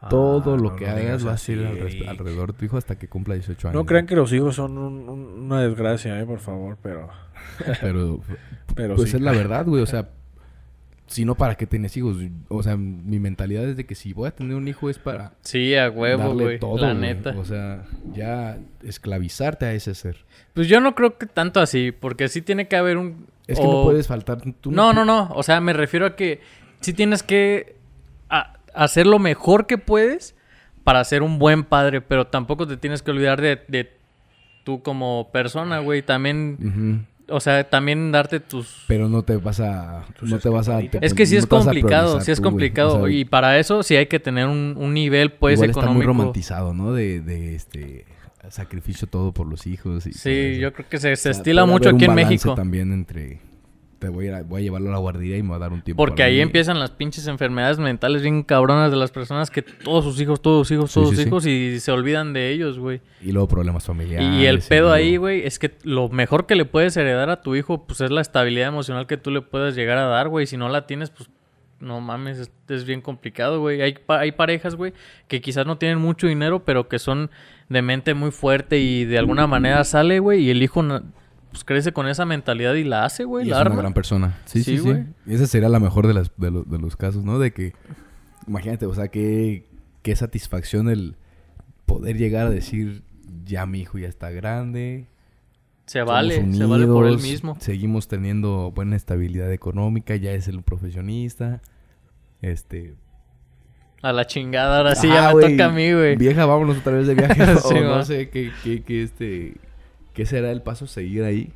[SPEAKER 1] todo
[SPEAKER 2] Ah,
[SPEAKER 1] lo
[SPEAKER 2] no,
[SPEAKER 1] que
[SPEAKER 2] no
[SPEAKER 1] hagas
[SPEAKER 2] digas
[SPEAKER 1] va a ser al-
[SPEAKER 2] así, Eric.
[SPEAKER 1] alrededor de tu hijo hasta que cumpla 18 años.
[SPEAKER 2] No crean que los hijos son un- un- una desgracia, eh, por favor, pero,
[SPEAKER 1] güey. Pero,
[SPEAKER 2] pero
[SPEAKER 1] pues
[SPEAKER 2] sí.
[SPEAKER 1] es la verdad, güey. O sea, si no, ¿para qué tienes hijos? O sea, mi mentalidad es de que si voy a tener un hijo es para
[SPEAKER 3] Sí, a huevo,
[SPEAKER 1] darle
[SPEAKER 3] güey.
[SPEAKER 1] todo,
[SPEAKER 3] La
[SPEAKER 1] güey.
[SPEAKER 3] neta.
[SPEAKER 1] O sea, ya esclavizarte a ese ser.
[SPEAKER 3] Pues yo no creo que tanto así, porque sí tiene que haber un...
[SPEAKER 1] Es que no
[SPEAKER 3] o-
[SPEAKER 1] puedes faltar. Tú
[SPEAKER 3] No, no, no. O sea, me refiero a que sí tienes que a- hacer lo mejor que puedes para ser un buen padre, pero tampoco te tienes que olvidar de, de tú como persona, güey. También,
[SPEAKER 1] Ujú.
[SPEAKER 3] o sea, también darte tus...
[SPEAKER 1] Pero no te vas a.
[SPEAKER 2] Tus
[SPEAKER 1] No te vas a.
[SPEAKER 2] escapaditas.
[SPEAKER 1] te-
[SPEAKER 3] Es que sí
[SPEAKER 1] no
[SPEAKER 3] es
[SPEAKER 1] te vas a
[SPEAKER 3] complicado,
[SPEAKER 1] priorizar
[SPEAKER 3] sí es
[SPEAKER 1] tú, güey. O
[SPEAKER 3] complicado.
[SPEAKER 1] sea,
[SPEAKER 3] y para eso sí hay que tener un, un nivel, pues,
[SPEAKER 1] Igual está
[SPEAKER 3] económico.
[SPEAKER 1] muy romantizado, ¿no? De, de este sacrificio todo por los hijos. Y todo
[SPEAKER 3] Sí,
[SPEAKER 1] eso.
[SPEAKER 3] yo creo que se, se
[SPEAKER 1] O sea,
[SPEAKER 3] estila
[SPEAKER 1] puede
[SPEAKER 3] mucho
[SPEAKER 1] haber un
[SPEAKER 3] aquí en
[SPEAKER 1] balance
[SPEAKER 3] México.
[SPEAKER 1] También entre te voy a, ir a- voy a llevarlo a la guardería y me va a dar un tiempo.
[SPEAKER 3] Porque
[SPEAKER 1] para
[SPEAKER 3] ahí
[SPEAKER 1] mí.
[SPEAKER 3] empiezan las pinches enfermedades mentales bien cabronas de las personas que todos sus hijos, todos sus hijos,
[SPEAKER 1] Sí,
[SPEAKER 3] todos
[SPEAKER 1] sí,
[SPEAKER 3] sus
[SPEAKER 1] sí.
[SPEAKER 3] hijos y se olvidan de ellos, güey.
[SPEAKER 1] Y luego problemas familiares.
[SPEAKER 3] Y el pedo
[SPEAKER 1] luego-
[SPEAKER 3] ahí, güey, es que lo mejor que le puedes heredar a tu hijo, pues es la estabilidad emocional que tú le puedas llegar a dar, güey. Si no la tienes, pues no mames, es, es bien complicado, güey. Hay, pa- hay parejas, güey, que quizás no tienen mucho dinero, pero que son de mente muy fuerte y de alguna manera sale, güey, y el hijo na- pues crece con esa mentalidad y la hace,
[SPEAKER 1] Y
[SPEAKER 3] güey,
[SPEAKER 1] es
[SPEAKER 3] la
[SPEAKER 1] una
[SPEAKER 3] arma.
[SPEAKER 1] gran persona. Sí, sí,
[SPEAKER 3] Sí,
[SPEAKER 1] sí.
[SPEAKER 3] güey.
[SPEAKER 1] Y Esa sería la mejor de, las, de, lo- de los casos, ¿no? De que, imagínate, o sea, qué, qué satisfacción el poder llegar a decir, ya mi hijo ya está grande.
[SPEAKER 3] Se
[SPEAKER 1] somos
[SPEAKER 3] vale, se vale por él
[SPEAKER 1] unidos,
[SPEAKER 3] mismo.
[SPEAKER 1] Seguimos teniendo buena estabilidad económica, ya es el profesionista. Este,
[SPEAKER 3] A la chingada, ahora Ah, sí
[SPEAKER 1] Ajá,
[SPEAKER 3] ya me
[SPEAKER 1] güey.
[SPEAKER 3] toca a mí, güey.
[SPEAKER 1] Vieja, vámonos otra vez de viaje.
[SPEAKER 3] Sí,
[SPEAKER 1] o no
[SPEAKER 3] va.
[SPEAKER 1] sé qué, qué, qué, este, qué será el paso a seguir ahí.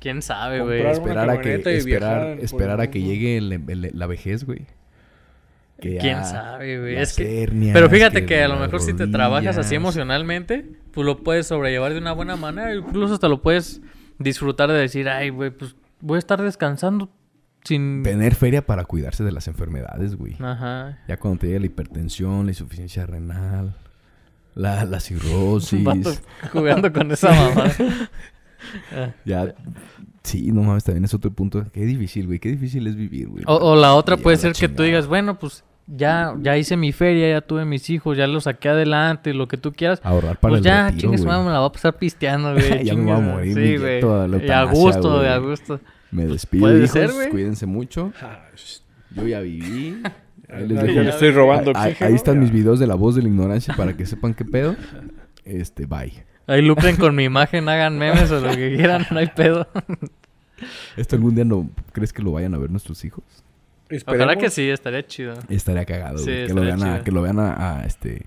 [SPEAKER 3] ¿Quién sabe,
[SPEAKER 2] Comprar
[SPEAKER 3] güey?
[SPEAKER 2] una
[SPEAKER 1] Esperar a que,
[SPEAKER 2] camioneta y viajar
[SPEAKER 1] esperar,
[SPEAKER 2] por el
[SPEAKER 1] esperar a que
[SPEAKER 2] mundo.
[SPEAKER 1] llegue el- el- la vejez, güey. Que ya
[SPEAKER 3] ¿Quién sabe, güey?
[SPEAKER 1] las
[SPEAKER 3] Es que-
[SPEAKER 1] hernias,
[SPEAKER 3] Pero fíjate que a lo
[SPEAKER 1] las
[SPEAKER 3] mejor si te trabajas así
[SPEAKER 1] rodillas.
[SPEAKER 3] emocionalmente, pues lo puedes sobrellevar de una buena manera. Incluso hasta lo puedes disfrutar de decir, ay, güey, pues voy a estar descansando sin...
[SPEAKER 1] Tener feria para cuidarse de las enfermedades, güey.
[SPEAKER 3] Ajá.
[SPEAKER 1] Ya cuando te llega la hipertensión, la insuficiencia renal, la, la cirrosis.
[SPEAKER 3] Vato jugando con esa mamá.
[SPEAKER 1] Ya. Sí, no mames, también es otro punto. Qué difícil, güey. Qué difícil es vivir, güey.
[SPEAKER 3] O, o la otra
[SPEAKER 1] Ya
[SPEAKER 3] puede
[SPEAKER 1] la
[SPEAKER 3] ser que tú
[SPEAKER 1] chingada.
[SPEAKER 3] digas, bueno, pues ya, ya hice mi feria, ya tuve mis hijos, ya los saqué adelante, lo que tú quieras.
[SPEAKER 1] Ahorrar para
[SPEAKER 3] pues
[SPEAKER 1] el
[SPEAKER 3] ya,
[SPEAKER 1] retiro,
[SPEAKER 3] chingues,
[SPEAKER 1] güey.
[SPEAKER 3] madre, me la va a pasar pisteando, güey.
[SPEAKER 1] Ya me voy a
[SPEAKER 3] chingas,
[SPEAKER 1] morir, me
[SPEAKER 3] Sí, güey.
[SPEAKER 1] inyecto a la
[SPEAKER 3] Y a
[SPEAKER 1] eutanasia,
[SPEAKER 3] gusto, de
[SPEAKER 1] güey.
[SPEAKER 3] a gusto.
[SPEAKER 1] Me despido,
[SPEAKER 3] puede
[SPEAKER 1] hijos.
[SPEAKER 3] ser, güey.
[SPEAKER 1] Cuídense mucho.
[SPEAKER 2] Ah, sh-
[SPEAKER 1] Yo ya viví. Ahí les
[SPEAKER 2] ya
[SPEAKER 1] dejo-
[SPEAKER 2] le estoy robando
[SPEAKER 1] Ahí- ahí-
[SPEAKER 2] oxígeno.
[SPEAKER 1] ahí están
[SPEAKER 2] Ya.
[SPEAKER 1] mis videos de la voz de la ignorancia para que sepan qué pedo. Este, bye.
[SPEAKER 3] Ahí lucren con mi imagen, hagan memes o lo que quieran, no hay pedo.
[SPEAKER 1] ¿Esto algún día no crees que lo vayan a ver nuestros hijos?
[SPEAKER 2] Esperemos.
[SPEAKER 3] Ojalá que sí, estaría chido.
[SPEAKER 1] Estaría cagado,
[SPEAKER 3] Sí,
[SPEAKER 1] güey. que, lo
[SPEAKER 3] estaría
[SPEAKER 1] vean a,
[SPEAKER 3] chido.
[SPEAKER 1] que lo vean a, a, este...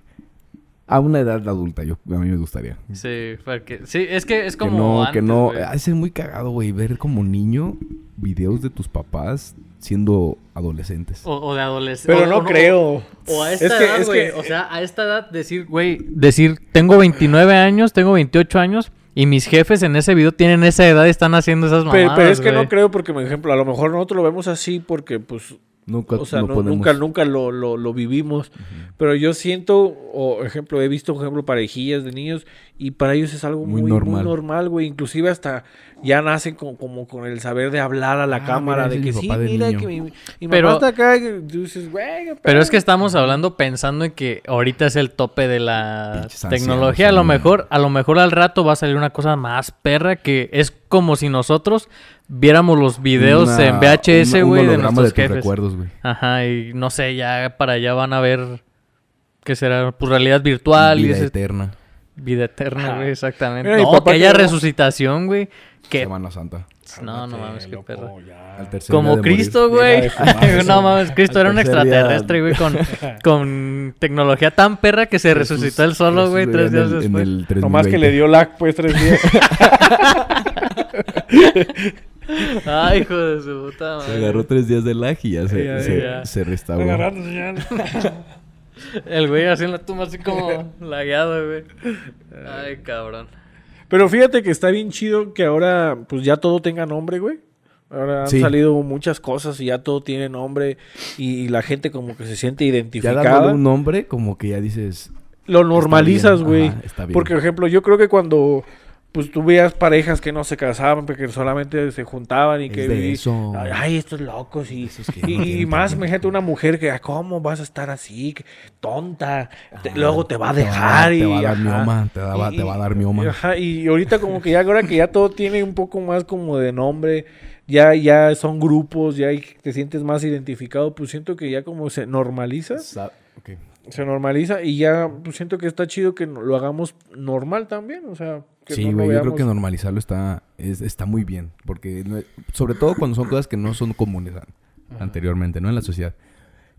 [SPEAKER 1] A una edad adulta, yo, a mí me gustaría.
[SPEAKER 3] Sí, porque... sí es que es como.
[SPEAKER 1] que no, que
[SPEAKER 3] antes,
[SPEAKER 1] no.
[SPEAKER 3] güey.
[SPEAKER 1] Ha de ser muy cagado, güey, ver como niño videos de tus papás siendo adolescentes.
[SPEAKER 3] O, o de adolescente.
[SPEAKER 2] Pero no creo.
[SPEAKER 3] O a esta
[SPEAKER 2] Es que-
[SPEAKER 3] edad,
[SPEAKER 2] es
[SPEAKER 3] güey.
[SPEAKER 2] que- eh,
[SPEAKER 3] O sea, a esta edad decir, güey, decir, tengo 29 años, tengo 28 años y mis jefes en ese video tienen esa edad y están haciendo esas
[SPEAKER 2] Pe-
[SPEAKER 3] mamadas.
[SPEAKER 2] Pero, es que
[SPEAKER 3] güey.
[SPEAKER 2] no creo porque, por ejemplo, a lo mejor nosotros lo vemos así porque, pues,
[SPEAKER 1] Nunca,
[SPEAKER 2] o sea,
[SPEAKER 1] no
[SPEAKER 2] no-
[SPEAKER 1] ponemos-
[SPEAKER 2] nunca, nunca lo, lo- lo vivimos. Pero yo siento, o ejemplo, he visto, por ejemplo, parejillas de niños y para ellos es algo
[SPEAKER 1] Muy
[SPEAKER 2] muy, muy
[SPEAKER 1] normal.
[SPEAKER 2] normal, güey. Inclusive hasta ya nacen con, como con el saber de hablar a la
[SPEAKER 1] Ah,
[SPEAKER 2] cámara,
[SPEAKER 1] mira,
[SPEAKER 2] de
[SPEAKER 1] ese
[SPEAKER 2] que
[SPEAKER 1] es mi
[SPEAKER 2] sí,
[SPEAKER 1] papá del
[SPEAKER 2] mira,
[SPEAKER 1] niño".
[SPEAKER 2] que mi, mi
[SPEAKER 3] Pero-
[SPEAKER 2] mamá está acá y tú dices, güey, qué
[SPEAKER 3] Pero
[SPEAKER 2] pedo".
[SPEAKER 3] es que estamos hablando pensando en que ahorita es el tope de la
[SPEAKER 1] Pinches ancianos,
[SPEAKER 3] tecnología. A lo
[SPEAKER 1] sí.
[SPEAKER 3] mejor, a lo mejor al rato va a salir una cosa más perra que es como si nosotros viéramos los videos
[SPEAKER 1] Una-
[SPEAKER 3] en VHS,
[SPEAKER 1] un- un
[SPEAKER 3] güey, de
[SPEAKER 1] holograma
[SPEAKER 3] nuestros
[SPEAKER 1] tus
[SPEAKER 3] jefes.
[SPEAKER 1] recuerdos, güey.
[SPEAKER 3] Ajá, y no sé, ya para allá van a ver qué será, pues realidad virtual y
[SPEAKER 1] Vida
[SPEAKER 3] ese-
[SPEAKER 1] eterna.
[SPEAKER 3] vida eterna, güey, exactamente.
[SPEAKER 2] Mira, mi
[SPEAKER 3] no,
[SPEAKER 2] papá
[SPEAKER 3] que haya
[SPEAKER 2] quedó-
[SPEAKER 3] resucitación, güey. Que
[SPEAKER 1] Semana Santa.
[SPEAKER 3] no, no
[SPEAKER 2] Cálmate,
[SPEAKER 3] mames, qué
[SPEAKER 2] Ah, loco,
[SPEAKER 3] perra.
[SPEAKER 2] ya.
[SPEAKER 1] Al tercer día
[SPEAKER 3] Como
[SPEAKER 1] de
[SPEAKER 3] Cristo,
[SPEAKER 1] morir.
[SPEAKER 3] güey.
[SPEAKER 2] Deja de fumar,
[SPEAKER 3] no
[SPEAKER 2] eso.
[SPEAKER 3] mames, Cristo era un
[SPEAKER 1] Al tercer día-
[SPEAKER 3] extraterrestre, güey, con, con tecnología tan perra que se
[SPEAKER 1] Jesús-
[SPEAKER 3] resucitó él solo, güey,
[SPEAKER 1] Jesús
[SPEAKER 3] tres
[SPEAKER 1] le dio
[SPEAKER 3] días
[SPEAKER 1] en el- en
[SPEAKER 3] después.
[SPEAKER 1] el 3020.
[SPEAKER 2] Nomás que le dio lag, pues, tres días.
[SPEAKER 3] Ay, hijo de su puta
[SPEAKER 1] Se
[SPEAKER 3] madre.
[SPEAKER 1] agarró tres días de lag y ya se,
[SPEAKER 2] Ya,
[SPEAKER 1] se-
[SPEAKER 3] ya.
[SPEAKER 1] se restauró.
[SPEAKER 2] Agarrando señal.
[SPEAKER 3] El güey haciendo la tumba así como lagueado, güey. Ay, cabrón.
[SPEAKER 2] Pero fíjate que está bien chido que ahora, pues ya todo tenga nombre, güey. Ahora han
[SPEAKER 1] Sí.
[SPEAKER 2] salido muchas cosas y ya todo tiene nombre y, y la gente como que se siente
[SPEAKER 1] Ya
[SPEAKER 2] identificada.
[SPEAKER 1] dándole un nombre, como que ya dices.
[SPEAKER 2] Lo normalizas,
[SPEAKER 1] bien,
[SPEAKER 2] güey.
[SPEAKER 1] ajá, está bien.
[SPEAKER 2] Porque, por ejemplo, yo creo que cuando pues tú veías parejas que no se casaban, porque solamente se juntaban y
[SPEAKER 1] Es
[SPEAKER 2] que...
[SPEAKER 1] de
[SPEAKER 2] vi-
[SPEAKER 1] eso.
[SPEAKER 2] Ay, estos locos y...
[SPEAKER 1] Esos que
[SPEAKER 2] y-
[SPEAKER 1] no
[SPEAKER 2] y
[SPEAKER 1] tienen
[SPEAKER 2] más,
[SPEAKER 1] talento.
[SPEAKER 2] imagínate una mujer que, "Ah, ¿cómo vas a estar así? Que Tonta. Te-
[SPEAKER 1] ah,
[SPEAKER 2] luego te va a
[SPEAKER 1] te va a
[SPEAKER 2] dejar
[SPEAKER 1] dar-
[SPEAKER 2] y...
[SPEAKER 1] te va a dar
[SPEAKER 2] ajá.
[SPEAKER 1] mioma, te da-
[SPEAKER 2] Y-
[SPEAKER 1] te va a dar mioma.
[SPEAKER 2] y- Ajá, y ahorita como que ya, ahora que ya todo tiene un poco más como de nombre, ya, ya son grupos, ya hay- te sientes más identificado, pues siento que ya como se normaliza
[SPEAKER 1] sa- ok.
[SPEAKER 2] se normaliza y ya pues, siento que está chido que lo hagamos normal también, o sea, que
[SPEAKER 1] Sí,
[SPEAKER 2] no lo
[SPEAKER 1] güey, yo creo que
[SPEAKER 2] veamos-
[SPEAKER 1] normalizarlo está, es- está muy bien. Porque, no es- sobre todo cuando son cosas que no son comunes an- anteriormente, ¿no? En la sociedad.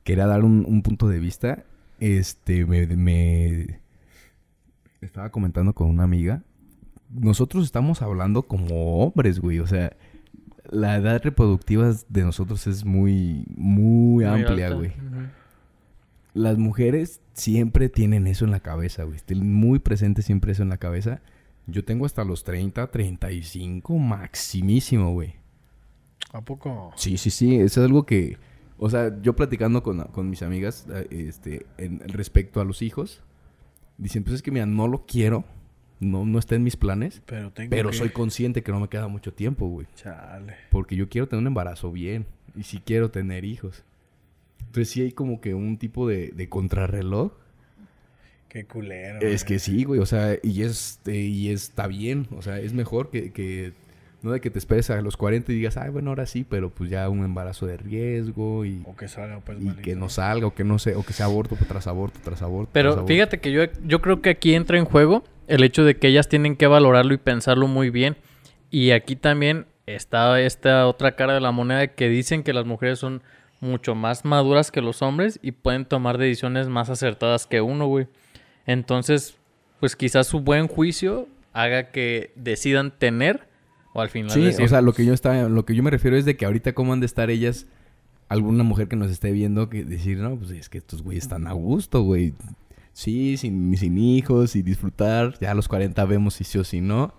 [SPEAKER 1] Quería dar un, un punto de vista. Este, me, me- Estaba comentando con una amiga. Nosotros estamos hablando como hombres, güey. O sea, la edad reproductiva de nosotros es muy, muy amplia,
[SPEAKER 3] alta.
[SPEAKER 1] güey.
[SPEAKER 3] Ujú.
[SPEAKER 1] Las mujeres siempre tienen eso en la cabeza, güey. Tienen muy presente siempre eso en la cabeza. Yo tengo hasta los 30, 35 maximísimo, güey.
[SPEAKER 2] ¿A poco?
[SPEAKER 1] Sí, sí, sí. Eso es algo que... O sea, yo platicando con, con mis amigas eh, este, en, respecto a los hijos, dicen, pues es que mira, no lo quiero, no, no está en mis planes,
[SPEAKER 2] Pero tengo
[SPEAKER 1] pero
[SPEAKER 2] que-
[SPEAKER 1] soy consciente que no me queda mucho tiempo, güey.
[SPEAKER 2] Chale.
[SPEAKER 1] Porque yo quiero tener un embarazo bien. Y sí quiero tener hijos. Entonces sí hay como que un tipo de, de contrarreloj.
[SPEAKER 2] Qué culero. eh.
[SPEAKER 1] Es
[SPEAKER 2] güey.
[SPEAKER 1] que sí, güey. O sea, y es eh, y está bien. O sea, es mejor que, que- No de que te esperes a los 40 y digas, ay, bueno, ahora sí, pero pues ya un embarazo de riesgo y,
[SPEAKER 2] O que salga pues
[SPEAKER 1] y
[SPEAKER 2] malito.
[SPEAKER 1] que no salga o que no sé, o que sea aborto tras aborto tras aborto. tras
[SPEAKER 3] Pero
[SPEAKER 1] aborto.
[SPEAKER 3] fíjate que yo, yo creo que aquí entra en juego el hecho de que ellas tienen que valorarlo y pensarlo muy bien. Y aquí también está esta otra cara de la moneda que dicen que las mujeres son mucho más maduras que los hombres y pueden tomar decisiones más acertadas que uno, güey. Entonces, pues quizás su buen juicio haga que decidan tener o al final
[SPEAKER 1] Sí,
[SPEAKER 3] decir,
[SPEAKER 1] o sea, lo que yo estaba, lo que yo me refiero es de que ahorita cómo han de estar ellas, alguna mujer que nos esté viendo, que decir, no, pues es que estos güeyes están a gusto, güey. Sí, sin, sin hijos y disfrutar. Ya a los 40 vemos si sí o si no.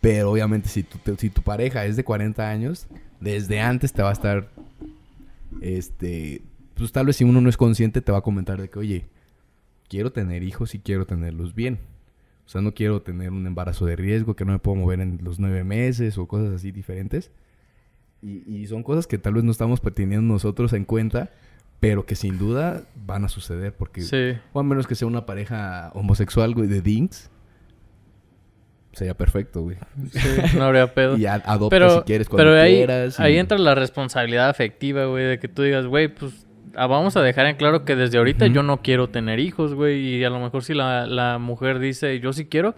[SPEAKER 1] Pero obviamente si tu, si tu pareja es de 40 años, desde antes te va a estar, este, pues tal vez si uno no es consciente te va a comentar de que, oye, quiero tener hijos y quiero tenerlos bien. O sea, no quiero tener un embarazo de riesgo, que no me puedo mover en los nueve meses o cosas así diferentes. Y, y son cosas que tal vez no estamos teniendo nosotros en cuenta, pero que sin duda van a suceder. Porque,
[SPEAKER 3] Sí.
[SPEAKER 1] o a menos que sea una pareja homosexual, güey, de Dinks, sería perfecto, güey.
[SPEAKER 3] sí, no habría pedo.
[SPEAKER 1] Y a- adopta
[SPEAKER 3] pero,
[SPEAKER 1] pues, si quieres cuando
[SPEAKER 3] pero ahí,
[SPEAKER 1] quieras. y-
[SPEAKER 3] ahí entra la responsabilidad afectiva, güey, de que tú digas, güey, pues ah, vamos a dejar en claro que desde ahorita yo no quiero tener hijos, güey, y a lo mejor si la, la mujer dice, yo sí quiero,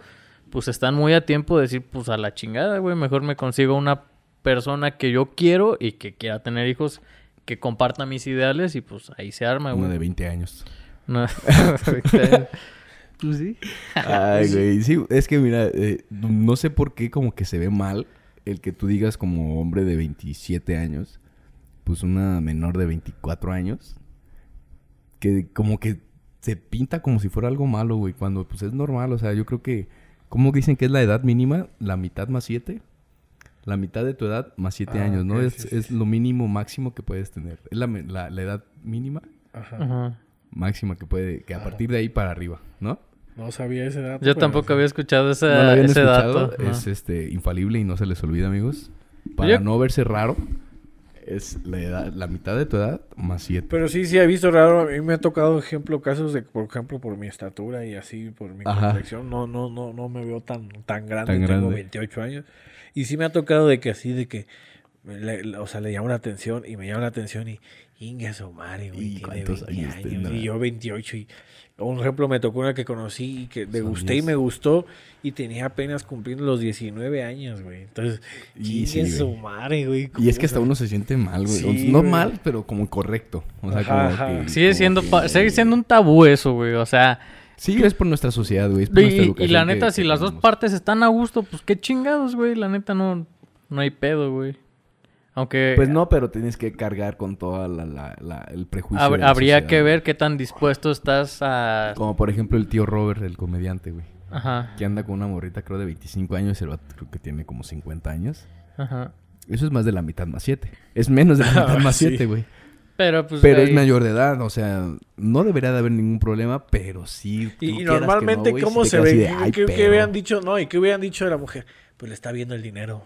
[SPEAKER 3] pues están muy a tiempo de decir, pues a la chingada, güey, mejor me consigo una persona que yo quiero y que quiera tener hijos, que comparta mis ideales y pues ahí se arma,
[SPEAKER 1] Uno de
[SPEAKER 3] güey.
[SPEAKER 1] 20 años.
[SPEAKER 3] No. Pues sí.
[SPEAKER 1] Ay, güey. Sí, es que mira, eh, no sé por qué como que se ve mal el que tú digas como hombre de 27 años, pues una menor de 24 años, que como que se pinta como si fuera algo malo, güey, cuando pues es normal, o sea, yo creo que, ¿cómo dicen que es la edad mínima? La mitad más 7. La mitad de tu edad más 7
[SPEAKER 2] Ah,
[SPEAKER 1] años, ¿no?
[SPEAKER 2] ok,
[SPEAKER 1] es,
[SPEAKER 2] sí, sí,
[SPEAKER 1] es lo mínimo máximo que puedes tener. Es la, me- la- la edad mínima
[SPEAKER 2] Ajá.
[SPEAKER 3] Ajá.
[SPEAKER 1] máxima que puede,
[SPEAKER 2] Ah.
[SPEAKER 1] que a partir de ahí para arriba, ¿no?
[SPEAKER 2] No sabía ese dato.
[SPEAKER 3] Yo
[SPEAKER 2] pero-
[SPEAKER 3] tampoco había escuchado esa-
[SPEAKER 1] no lo habían
[SPEAKER 3] ese
[SPEAKER 1] escuchado,
[SPEAKER 3] dato. ¿no?
[SPEAKER 1] Es este infalible y no se les olvida, amigos. Para
[SPEAKER 3] Yo-
[SPEAKER 1] no verse raro, es la edad- la mitad de tu edad más siete.
[SPEAKER 2] Pero sí, sí, he visto raro. A mí me ha tocado ejemplo, casos de, por ejemplo, por mi estatura y así, por mi
[SPEAKER 1] Ajá.
[SPEAKER 2] complexión. No, no, no, no me veo tan, tan grande.
[SPEAKER 1] Tan
[SPEAKER 2] Tengo
[SPEAKER 1] grande.
[SPEAKER 2] 28 años. Y sí me ha tocado de que así, de que, me le- le- o sea, le llamo la atención y me llama la atención y, Inga Somari,
[SPEAKER 1] ¿Y
[SPEAKER 2] güey, tiene
[SPEAKER 1] cuántos
[SPEAKER 2] 20 años.
[SPEAKER 1] años tendrá?
[SPEAKER 2] Y yo 28 y... Un ejemplo, me tocó una que conocí y que me
[SPEAKER 1] Son
[SPEAKER 2] gusté y
[SPEAKER 1] diez.
[SPEAKER 2] me gustó y tenía apenas cumpliendo los 19 años, güey. Entonces,
[SPEAKER 1] Y sí,
[SPEAKER 2] Inga
[SPEAKER 1] güey.
[SPEAKER 2] Somari, güey.
[SPEAKER 1] Y es que hasta
[SPEAKER 2] está
[SPEAKER 1] uno se siente mal, güey.
[SPEAKER 2] Sí,
[SPEAKER 1] no
[SPEAKER 2] güey.
[SPEAKER 1] mal, pero como correcto. O sea,
[SPEAKER 2] Ajá,
[SPEAKER 1] como
[SPEAKER 2] ajá.
[SPEAKER 1] que-
[SPEAKER 3] Sigue
[SPEAKER 1] como
[SPEAKER 3] siendo,
[SPEAKER 1] que-
[SPEAKER 3] pa- sigue siendo un tabú eso, güey. O sea,
[SPEAKER 1] Sí, es por nuestra sociedad, güey. es por
[SPEAKER 3] Y,
[SPEAKER 1] nuestra
[SPEAKER 3] y
[SPEAKER 1] educación
[SPEAKER 3] la
[SPEAKER 1] que-
[SPEAKER 3] neta,
[SPEAKER 1] que
[SPEAKER 3] si las dos
[SPEAKER 1] tenemos.
[SPEAKER 3] partes están a gusto, pues qué chingados, güey. La neta, no, no hay pedo, güey. Aunque
[SPEAKER 1] Pues no, pero tienes que cargar con todo el prejuicio.
[SPEAKER 3] hab-
[SPEAKER 1] de la
[SPEAKER 3] habría
[SPEAKER 1] sociedad,
[SPEAKER 3] que
[SPEAKER 1] güey.
[SPEAKER 3] ver qué tan dispuesto estás a...
[SPEAKER 1] Como por ejemplo el tío Robert, el comediante, güey.
[SPEAKER 3] Ajá.
[SPEAKER 1] Que anda con una morrita, creo, de 25 años. El vato creo que tiene como 50 años.
[SPEAKER 3] Ajá.
[SPEAKER 1] Eso es más de la mitad más 7. Es menos de la mitad más
[SPEAKER 2] sí.
[SPEAKER 1] 7, güey.
[SPEAKER 3] Pero pues.
[SPEAKER 1] Pero
[SPEAKER 3] güey,
[SPEAKER 1] es mayor de edad, o sea, no debería de haber ningún problema, pero sí. tú
[SPEAKER 2] Y, y
[SPEAKER 1] quieras que no,
[SPEAKER 2] normalmente,
[SPEAKER 1] güey,
[SPEAKER 2] ¿cómo
[SPEAKER 1] sí te
[SPEAKER 2] se
[SPEAKER 1] quedas así
[SPEAKER 2] ve?
[SPEAKER 1] de, "Ay,
[SPEAKER 2] ¿Qué, qué
[SPEAKER 1] pero".
[SPEAKER 2] hubieran dicho? No, ¿y qué hubieran dicho de la mujer? Pues le está viendo el dinero.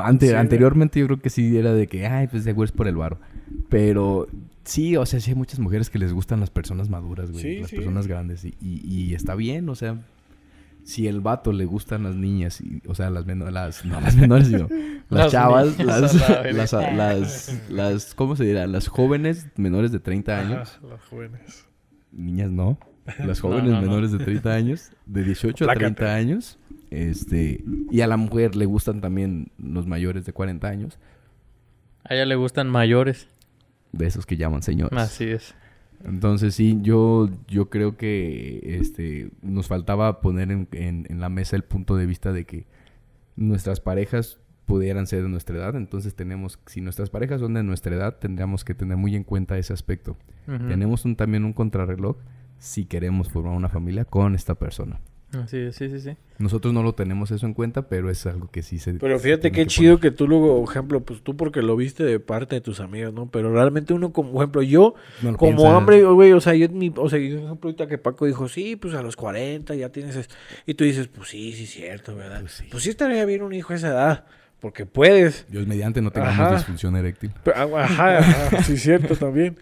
[SPEAKER 1] Ante-
[SPEAKER 2] Sí,
[SPEAKER 1] anteriormente yo creo que sí era de que, ay, pues de güey es por el varo. Pero sí, o sea, sí hay muchas mujeres que les gustan las personas maduras, güey.
[SPEAKER 2] Sí,
[SPEAKER 1] las
[SPEAKER 2] sí.
[SPEAKER 1] personas grandes. Y, y- y está bien, o sea, si el vato le gustan las niñas, y- o sea, las menores, las, no las menores, sino las,
[SPEAKER 3] Las
[SPEAKER 1] chavas,
[SPEAKER 3] niñas,
[SPEAKER 1] las,
[SPEAKER 3] a la verga.
[SPEAKER 1] las, las, las- ¿cómo se dirá? Las jóvenes menores de 30 años.
[SPEAKER 2] Ajá, los jóvenes.
[SPEAKER 1] niñas no, las
[SPEAKER 3] No,
[SPEAKER 1] jóvenes
[SPEAKER 3] no, no.
[SPEAKER 1] menores de 30 años, de 18 a
[SPEAKER 2] Aplácate.
[SPEAKER 1] 30 años, este, y a la mujer le gustan también los mayores de 40 años,
[SPEAKER 3] A ella le gustan mayores.
[SPEAKER 1] de esos que llaman señores.
[SPEAKER 3] Así es.
[SPEAKER 1] Entonces sí, yo, yo creo que este, nos faltaba poner en, en- en la mesa el punto de vista de que nuestras parejas pudieran ser de nuestra edad, entonces tenemos, si nuestras parejas son de nuestra edad, tendríamos que tener muy en cuenta ese aspecto.
[SPEAKER 3] Ujú.
[SPEAKER 1] Tenemos un, también un contrarreloj si queremos formar una familia con esta persona.
[SPEAKER 3] Así es, sí, sí, sí.
[SPEAKER 1] Nosotros no lo tenemos eso en cuenta, pero es algo que sí se.
[SPEAKER 2] Pero
[SPEAKER 1] se
[SPEAKER 2] fíjate
[SPEAKER 1] tiene
[SPEAKER 2] qué
[SPEAKER 1] que
[SPEAKER 2] chido que tú luego, por ejemplo, pues tú porque lo viste de parte de tus amigos, ¿no? Pero realmente uno como, por ejemplo, yo
[SPEAKER 1] poner. No lo
[SPEAKER 2] como
[SPEAKER 1] piensas.
[SPEAKER 2] hombre, güey, o sea, yo, en mi, o sea, yo, por ejemplo, ahorita que Paco dijo, sí, pues a los 40 ya tienes, es-". y tú dices, pues sí, sí, cierto, ¿verdad?
[SPEAKER 1] Pues
[SPEAKER 2] Pues
[SPEAKER 1] sí.
[SPEAKER 2] sí, estaría bien un hijo a esa edad, porque puedes.
[SPEAKER 1] Dios mediante no tengamos
[SPEAKER 2] Ajá.
[SPEAKER 1] disfunción eréctil.
[SPEAKER 2] Pero, ah, Ajá, ajá, sí, cierto también.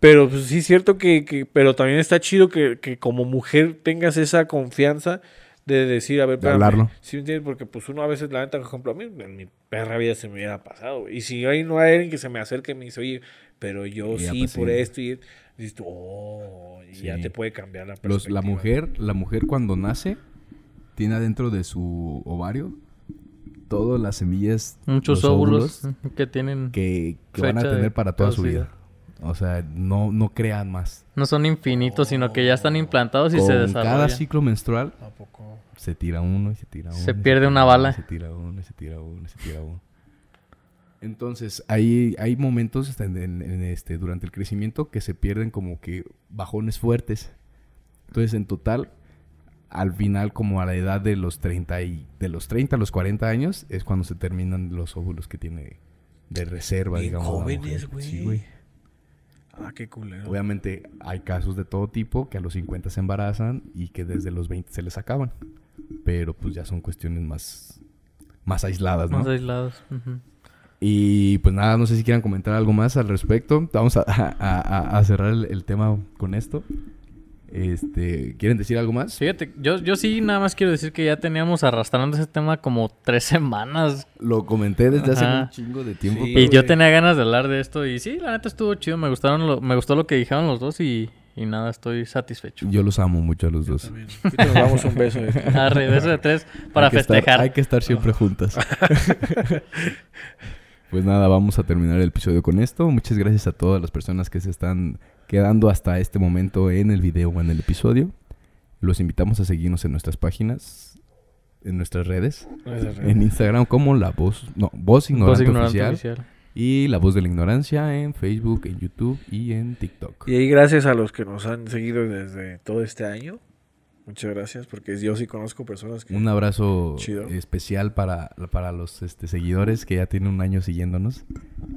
[SPEAKER 2] Pero pues, sí, cierto que, que- pero también está chido que, que como mujer tengas esa confianza de decir, a ver,
[SPEAKER 1] De
[SPEAKER 2] espérame.
[SPEAKER 1] hablarlo.
[SPEAKER 2] ¿Sí me entiendes? Porque pues uno a veces, la neta, por ejemplo, a mí en mi perra vida se me hubiera pasado. güey. Y si ahí no hay alguien que se me acerque y me dice, oye, pero yo
[SPEAKER 1] Ya,
[SPEAKER 2] sí
[SPEAKER 1] pues,
[SPEAKER 2] por
[SPEAKER 1] sí.
[SPEAKER 2] esto y dices tú, oh, y ya
[SPEAKER 1] Sí.
[SPEAKER 2] te puede cambiar la
[SPEAKER 1] Los-
[SPEAKER 2] perspectiva.
[SPEAKER 1] la mujer, la mujer cuando nace tiene adentro de su ovario todas las semillas,
[SPEAKER 3] Muchos
[SPEAKER 1] los
[SPEAKER 3] óvulos, que tienen.
[SPEAKER 1] que, que van a
[SPEAKER 3] Fecha de
[SPEAKER 1] tener para toda su
[SPEAKER 3] caducidad.
[SPEAKER 1] vida. O sea, no, no crean más.
[SPEAKER 3] No son infinitos, sino que ya están implantados y se
[SPEAKER 1] Con cada
[SPEAKER 3] desarrollan.
[SPEAKER 1] ciclo menstrual
[SPEAKER 2] ¿A poco?
[SPEAKER 1] se tira uno y se tira uno.
[SPEAKER 3] Se
[SPEAKER 1] y
[SPEAKER 3] pierde
[SPEAKER 1] tira
[SPEAKER 3] una
[SPEAKER 1] uno,
[SPEAKER 3] bala.
[SPEAKER 1] Se tira uno, y se tira uno, y se tira uno. Entonces, hay, hay momentos hasta en- en- en este, durante el crecimiento que se pierden como que bajones fuertes. Entonces, en total, al final, como a la edad de los 30, y, de los 30 a los 40 años, es cuando se terminan los óvulos que tiene de reserva,
[SPEAKER 2] Bien
[SPEAKER 1] digamos. la
[SPEAKER 2] jóvenes,
[SPEAKER 1] mujer.
[SPEAKER 2] güey.
[SPEAKER 1] Sí, güey.
[SPEAKER 2] Ah, qué culero.
[SPEAKER 1] Obviamente, hay casos de todo tipo que a los 50 se embarazan y que desde los 20 se les acaban. Pero pues ya son cuestiones más, más aisladas, ¿no?
[SPEAKER 3] Más aislados. ujú.
[SPEAKER 1] Y pues nada, no sé si quieran comentar algo más al respecto. Vamos a, a- a- a cerrar el, el tema con esto. Este, ¿Quieren decir algo más?
[SPEAKER 3] Fíjate, yo, yo sí nada más quiero decir que ya teníamos arrastrando ese tema como tres semanas.
[SPEAKER 1] Lo comenté desde hace
[SPEAKER 3] Ajá.
[SPEAKER 1] un chingo de tiempo.
[SPEAKER 2] Sí.
[SPEAKER 1] pero-
[SPEAKER 3] Y yo
[SPEAKER 2] güey.
[SPEAKER 3] tenía ganas de hablar de esto y sí, la neta estuvo chido, me gustaron lo- me gustó lo que dijeron los dos y, y nada, estoy satisfecho.
[SPEAKER 1] Yo los amo mucho a los dos.
[SPEAKER 2] También. Ahorita Nos damos un beso. eh.
[SPEAKER 3] A regreso de tres para
[SPEAKER 1] Hay que estar-
[SPEAKER 3] festejar.
[SPEAKER 1] hay que estar siempre juntas. pues nada, vamos a terminar el episodio con esto. Muchas gracias a todas las personas que se están quedando hasta este momento en el video o en el episodio. Los invitamos a seguirnos en nuestras páginas, en nuestras redes, en Instagram como La Voz, no, Voz Ignorante,
[SPEAKER 3] Voz ignorante
[SPEAKER 1] Oficial,
[SPEAKER 3] oficial.
[SPEAKER 1] y La Voz de la Ignorancia en Facebook, en YouTube y en TikTok.
[SPEAKER 2] Y ahí gracias a los que nos han seguido desde todo este año. Muchas gracias, porque yo sí conozco personas que...
[SPEAKER 1] Un abrazo
[SPEAKER 2] Chido.
[SPEAKER 1] especial para, para los este, seguidores que ya tienen un año siguiéndonos.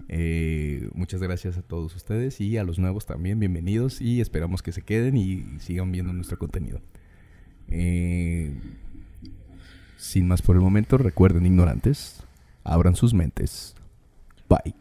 [SPEAKER 1] Eh, muchas gracias a todos ustedes y a los nuevos también. Bienvenidos y esperamos que se queden y sigan viendo nuestro contenido. Eh, sin más por el momento, recuerden, ignorantes, abran sus mentes. Bye.